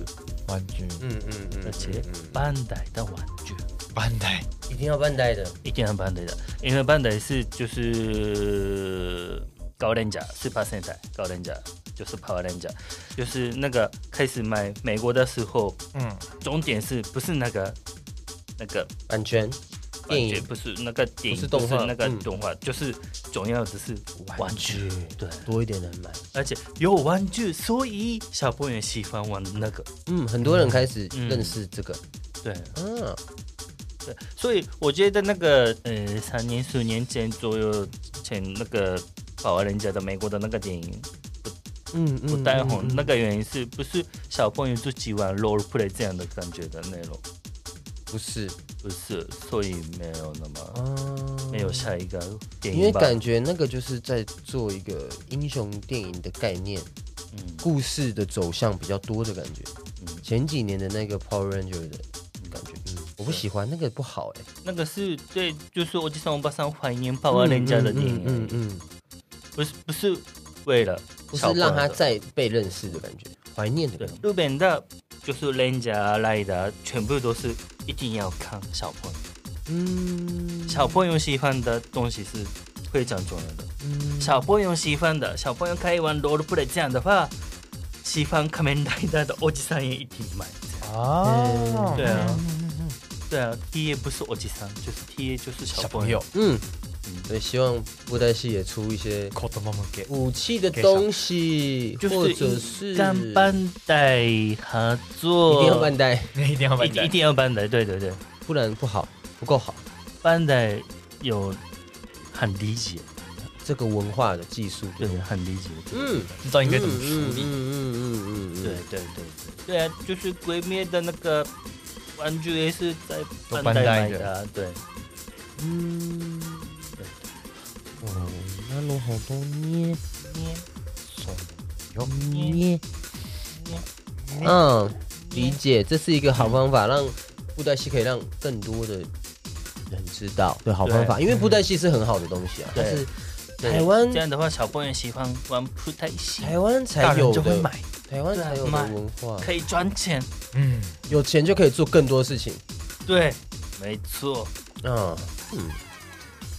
Speaker 4: 玩具
Speaker 1: 嗯嗯嗯，
Speaker 3: 而且
Speaker 1: 嗯嗯
Speaker 3: 班代的玩具。
Speaker 4: 班代
Speaker 1: 一定要半带的，
Speaker 3: 一定要班代的，因为班代是就是高人家 Super s e n t 高人家就是 Power Ranger，就是那个开始买美国的时候，
Speaker 4: 嗯
Speaker 3: 重点是不是那个那个
Speaker 1: 版权电
Speaker 3: 完全
Speaker 1: 影
Speaker 3: 不是那个电影，
Speaker 1: 不是动画
Speaker 3: 那个
Speaker 1: 嗯
Speaker 3: 动画，就是重要的是玩具。对，
Speaker 1: 多一点人买，
Speaker 3: 而且有玩具，所以小朋友喜欢玩那个。
Speaker 1: 嗯，很多人开始
Speaker 3: 嗯
Speaker 1: 认识这个，
Speaker 3: 对
Speaker 1: 嗯，
Speaker 3: 对，所以我觉得那个呃，三年四年前左右前那个保安人家的美国的那个电影
Speaker 1: 嗯
Speaker 3: 不
Speaker 1: 嗯，
Speaker 3: 带红，
Speaker 1: 嗯
Speaker 3: 那个原因是不是小朋友自己玩 role play 这样的感觉的内容？
Speaker 1: 嗯不是，
Speaker 3: 不是，所以没有那么、
Speaker 1: 哦
Speaker 3: 没有下一个电
Speaker 1: 因为
Speaker 3: 影吧？
Speaker 1: 感觉那个就是在做一个英雄电影的概念，
Speaker 3: 嗯
Speaker 1: 故事的走向比较多的感觉。
Speaker 3: 嗯，
Speaker 1: 前几年的那个 Power Ranger 的感觉，嗯，我不喜欢那个不好哎、
Speaker 3: 那个是对，就是我就像我爸上怀念保安人家的电影，
Speaker 1: 嗯嗯，
Speaker 3: 不是不是为了
Speaker 1: 不是
Speaker 3: 小朋友
Speaker 1: 让
Speaker 3: 的
Speaker 1: 他再被认识的感觉，怀念的
Speaker 3: 对
Speaker 1: 感觉。
Speaker 3: 日本的，就是忍者、来的，全部都是一定要看小朋友，
Speaker 1: 嗯，
Speaker 3: 小朋友喜欢的东西是非常重要的。
Speaker 1: 嗯
Speaker 3: 小朋友喜欢的，小朋友可以玩 role play 这样的话，喜欢仮面ライダー的おじさん也一定买。
Speaker 4: 啊，
Speaker 3: 对啊
Speaker 4: 嗯，
Speaker 3: 对啊，T A 不是おじさん，就是 T A 就是小
Speaker 4: 小
Speaker 3: 朋
Speaker 4: 朋
Speaker 3: 友
Speaker 4: 友。，
Speaker 1: 嗯
Speaker 3: 嗯，
Speaker 1: 所以希望布袋戏也出一些
Speaker 4: 口头妈妈给
Speaker 1: 武器的东西，
Speaker 3: 就是
Speaker 1: 或者是
Speaker 3: 跟班代合
Speaker 1: 一
Speaker 3: 作，
Speaker 1: 定要半带，
Speaker 4: 一定要
Speaker 3: 一定一定要班代，对对对，
Speaker 1: 不然不好，不够好。
Speaker 3: 班代有很理解，
Speaker 1: 这个文化的技术，
Speaker 3: 对，很理解。
Speaker 1: 嗯，
Speaker 4: 知道应该怎么处
Speaker 1: 嗯
Speaker 4: 理。
Speaker 1: 嗯嗯嗯嗯，
Speaker 3: 对对对对，对啊，就是鬼灭的那个玩具也是在
Speaker 4: 都
Speaker 3: 班
Speaker 4: 班代
Speaker 3: 买
Speaker 4: 的
Speaker 3: 的啊，对。
Speaker 1: 嗯，哦，那弄好多捏
Speaker 3: 捏
Speaker 1: 捏，
Speaker 3: 捏
Speaker 1: 哦嗯，理解，这是一个好方法，让布袋戏可以让更多的人知道对，好方法，因为布袋戏是很好的东西啊，它
Speaker 3: 对
Speaker 1: 是
Speaker 3: 对
Speaker 1: 台湾
Speaker 3: 这样的话，小朋友喜欢玩不太行，
Speaker 1: 台湾
Speaker 4: 大
Speaker 1: 才
Speaker 4: 人
Speaker 1: 有
Speaker 4: 就会
Speaker 1: 的，
Speaker 4: 买，
Speaker 1: 台湾才有的
Speaker 3: 买
Speaker 1: 文化，
Speaker 3: 可以赚钱。
Speaker 4: 嗯，
Speaker 1: 有钱就可啊以做更多事情，
Speaker 3: 对，没错，
Speaker 1: 嗯嗯，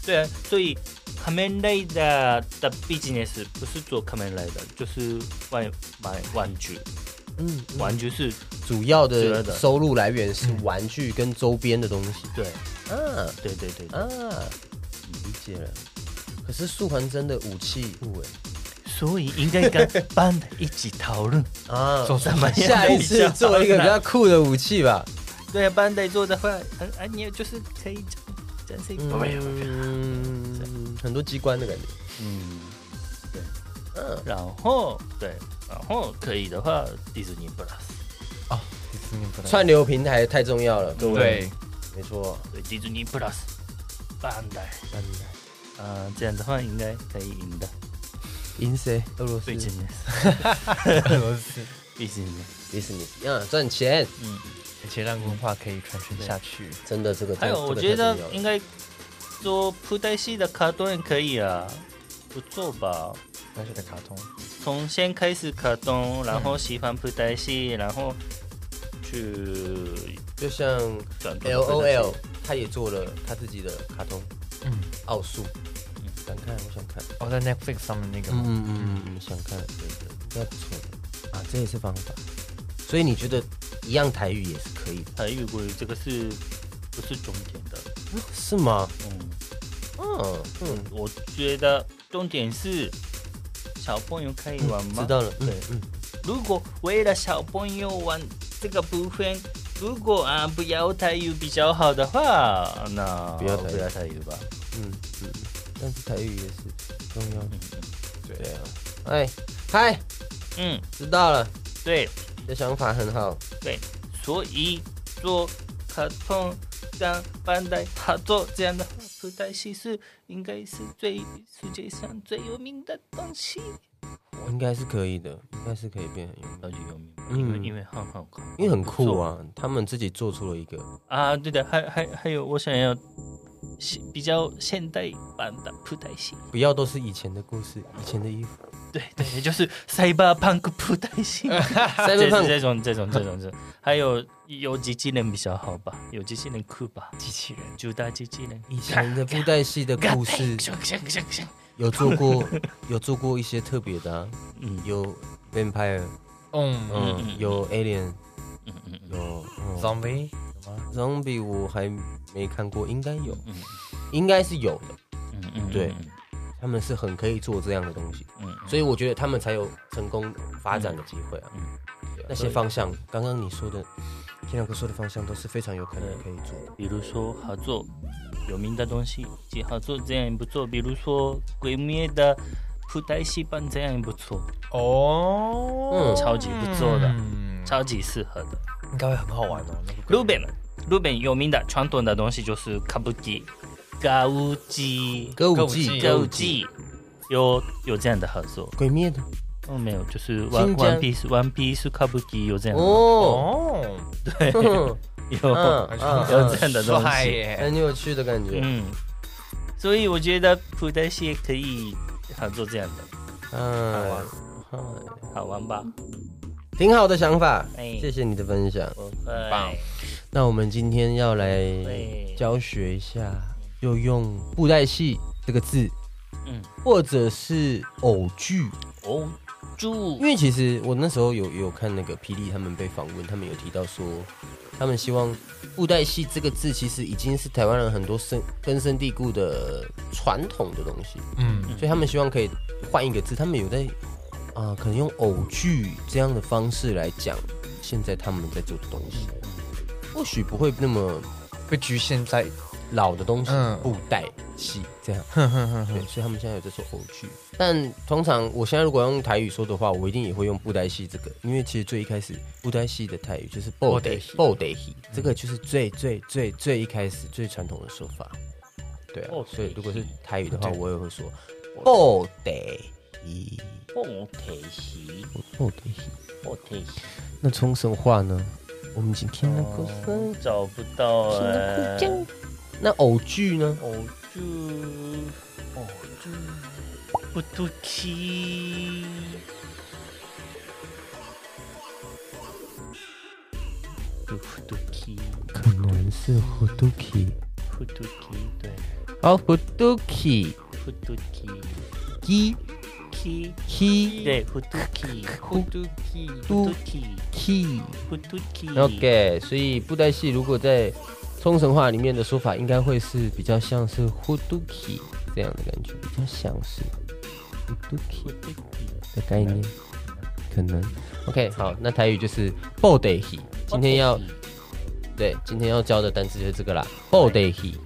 Speaker 3: 对啊，所以仮面ライダー的 business 不是做仮面ライダー，就是玩买玩具，
Speaker 1: 嗯，
Speaker 3: 玩具是
Speaker 1: 主要
Speaker 3: 主要
Speaker 1: 的
Speaker 3: 的
Speaker 1: 收入来源是玩具跟周边的东西，
Speaker 3: 对
Speaker 1: 嗯。
Speaker 3: 对对对，对
Speaker 1: 啊，理解了。可是素环真的武器不哎
Speaker 3: 所以应该跟班的一起讨 论
Speaker 1: 啊
Speaker 4: 做什
Speaker 3: 怎么样
Speaker 1: 下一
Speaker 3: 比较
Speaker 1: 次
Speaker 3: 好
Speaker 1: 做一 个比
Speaker 3: 呢
Speaker 1: 较酷的武器吧。
Speaker 3: 对啊，班代做的话，很安逸，就是可以这样这样子
Speaker 1: 嗯，很多机关的感觉。
Speaker 3: 嗯，
Speaker 1: 嗯，
Speaker 3: 然后对，然后可以的话，迪士尼 plus，
Speaker 4: 迪士尼不能
Speaker 1: 串流平台太重要了，各位。
Speaker 4: 对，
Speaker 1: 对，没错。
Speaker 3: 对，迪士尼 plus，班代，啊、这样的话应该可以赢的，
Speaker 1: 赢谁？俄罗斯
Speaker 3: 毕竟
Speaker 4: 俄罗斯
Speaker 3: 毕竟
Speaker 1: 迪士尼。嗯，赚钱，
Speaker 3: 嗯。
Speaker 4: 而且让文化可以传承下去。
Speaker 1: 真的这个。
Speaker 3: 还有，我
Speaker 1: 这个
Speaker 3: 觉得
Speaker 1: 太重要
Speaker 3: 应
Speaker 1: 了
Speaker 3: 该做布袋戏的卡通也可以啊，不错吧？
Speaker 4: 但是的卡通，
Speaker 3: 从先开始卡通，然后喜欢布袋戏，然后去
Speaker 1: 就像
Speaker 3: 转
Speaker 1: L O L，他也做了他自己的卡通
Speaker 4: 嗯，
Speaker 1: 奥数，想看，我想看。
Speaker 4: 哦，在 Netflix 上面那个
Speaker 1: 嗯
Speaker 4: 吗，
Speaker 1: 嗯嗯嗯，想看这个，那不错的啊，这也是方法。所以你觉得一样台语也是可以的，
Speaker 3: 台语国语这个是不是重点的？
Speaker 1: 是吗？
Speaker 3: 嗯，
Speaker 1: 嗯嗯，
Speaker 3: 我觉得重点是小朋友可以玩吗？
Speaker 1: 知道了，嗯
Speaker 3: 对
Speaker 1: 嗯，
Speaker 3: 如果为了小朋友玩这个部分，如果啊不要台语比较好的话，那
Speaker 1: 不要台语
Speaker 3: 不要台语吧。
Speaker 1: 嗯嗯，但是台语也是重要的。
Speaker 3: 嗯
Speaker 1: 对啊，哎嗨，
Speaker 3: 嗯，
Speaker 1: 知道了，
Speaker 3: 对
Speaker 1: 你的想法很好。
Speaker 3: 对，所以做卡通跟班代合作这样的布袋戏是应该是最世界上最有名的东西。
Speaker 1: 应该是可以的，应该是可以变很有名，
Speaker 3: 超级有名，
Speaker 1: 嗯
Speaker 3: 因为因为很好看，
Speaker 1: 因为很酷啊，他们自己做出了一个，
Speaker 3: 啊！对的，还还还有，我想要现比较现代版的布袋戏。
Speaker 1: 不要都是以前的故事，以前的 衣服，
Speaker 3: 对对， 就是 cyberpunk 布袋戏，
Speaker 1: 赛
Speaker 3: 这
Speaker 1: 博
Speaker 3: 种
Speaker 1: 胖
Speaker 3: 这种这种这种这种，还有有机器人比较好吧，有机器人酷吧，
Speaker 4: 机器人，
Speaker 3: 主打机器人。
Speaker 1: 以前的布袋戏的故 事，有做过，有做过一些特别的、啊，
Speaker 3: 嗯
Speaker 1: 有 vampire，
Speaker 4: 嗯嗯
Speaker 1: 嗯，
Speaker 3: 嗯
Speaker 1: 有 alien，
Speaker 3: 嗯嗯嗯
Speaker 1: 有、嗯、
Speaker 4: ，zombie 有吗？
Speaker 1: zombie，我还没看过，应该有，
Speaker 3: 嗯
Speaker 1: 应该是有的，
Speaker 3: 嗯嗯，
Speaker 1: 对他们是很可以做这样的东西，
Speaker 3: 嗯，
Speaker 1: 所以我觉得他们才有成功发展的机会啊。
Speaker 3: 嗯
Speaker 1: 对啊那些方向，刚刚你说的，天亮哥说的方向都是非常有可能可以做的。
Speaker 3: 比如说合作有名的东西，及合作这样也不错，比如说鬼灭的布袋戏班这样也不错，
Speaker 4: 嗯哦，
Speaker 1: 嗯
Speaker 3: 超级不错的
Speaker 4: 嗯
Speaker 3: 超级适合的。
Speaker 4: 应该会很好玩哦。那个
Speaker 3: Ruben Ruben 有名的传统的东西就是 kabuki、歌舞伎、
Speaker 1: 歌
Speaker 4: 舞
Speaker 1: 舞
Speaker 4: 伎
Speaker 1: 伎，
Speaker 3: 歌舞，伎有有这样的合作。
Speaker 1: 鬼灭的
Speaker 3: 哦，没有，就是 One
Speaker 1: 新疆
Speaker 3: One Piece One Piece Kabuki 有这样的，
Speaker 1: 哦，
Speaker 4: 哦，
Speaker 1: 嗯
Speaker 3: 有、
Speaker 1: 嗯
Speaker 3: 有这样的东
Speaker 4: 帅
Speaker 3: 西。
Speaker 4: 耶，
Speaker 1: 很有趣的感觉。
Speaker 3: 嗯，所以我觉得普代蟹可以合作这样的，
Speaker 1: 嗯，嗨
Speaker 3: 好玩吧？
Speaker 1: 挺好的想法，
Speaker 3: 哎
Speaker 1: 谢谢你的分享。
Speaker 3: 不
Speaker 4: 棒
Speaker 3: 会，
Speaker 1: 那我们今天要来
Speaker 3: 对
Speaker 1: 教学一下，就用布袋戏这个字，
Speaker 3: 嗯，
Speaker 1: 或者是偶剧，
Speaker 3: 哦，
Speaker 1: 因
Speaker 3: 猪，
Speaker 1: 为其实我那时候有有看那个霹雳他们被访问，他们有提到说，他们希望布袋戏这个字其实已经是台湾人很多深根深蒂固的传统的东西，
Speaker 4: 嗯
Speaker 1: 所以他们希望可以换一个字，他们有在啊、可能用偶剧这样的方式来讲现在他们在做的东西，或许不会那么
Speaker 4: 被局限在，
Speaker 1: 老的东西，
Speaker 4: 嗯
Speaker 1: 布袋戏这样。
Speaker 4: 哼哼哼
Speaker 1: 对
Speaker 4: 哼，，
Speaker 1: 所以他们现在有在说偶剧。但通常我现在如果用台语说的话，我一定也会用布袋戏这个，因为其实最一开始布袋戏的台语就是布袋
Speaker 4: 布袋戏
Speaker 1: 布袋戏，这个就是最最最最一开始最传统的说法。对啊
Speaker 3: 布，袋戏
Speaker 1: 所以如果是台语的话，
Speaker 4: 对
Speaker 1: 我也会说布袋戏，
Speaker 3: 布袋戏，
Speaker 1: 布袋戏。
Speaker 3: 布袋戏，
Speaker 1: 那冲绳话呢？我们已经听了过分，
Speaker 3: 找不到
Speaker 1: 听
Speaker 3: 哎、
Speaker 1: 了过分。那偶剧呢？
Speaker 3: 哦，猪，哦，猪，不肚皮。不肚皮，
Speaker 1: 可能是 Huduki。
Speaker 3: 不肚皮，对，
Speaker 1: 好，Huduki
Speaker 3: 不肚皮。
Speaker 1: ki
Speaker 3: Ki
Speaker 1: ki
Speaker 3: 对，Futuki，
Speaker 1: 嘟
Speaker 3: Futuki，Futuki，
Speaker 1: ki。OK，所以布袋戏如果在冲绳话里面的说法，应该会是比较像是 Huduki 这样的感觉，比较像是 Huduki 的概念，可能。OK，好，那台语就是布袋戏。今天要对今天要教的单词就是这个啦，布袋戏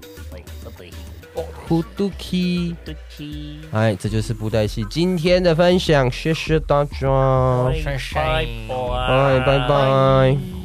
Speaker 1: ，Huduki。
Speaker 3: Futuki，
Speaker 1: 哎，这就是布袋戏今天的分享，谢谢大家，
Speaker 3: 拜拜，
Speaker 1: 拜拜拜。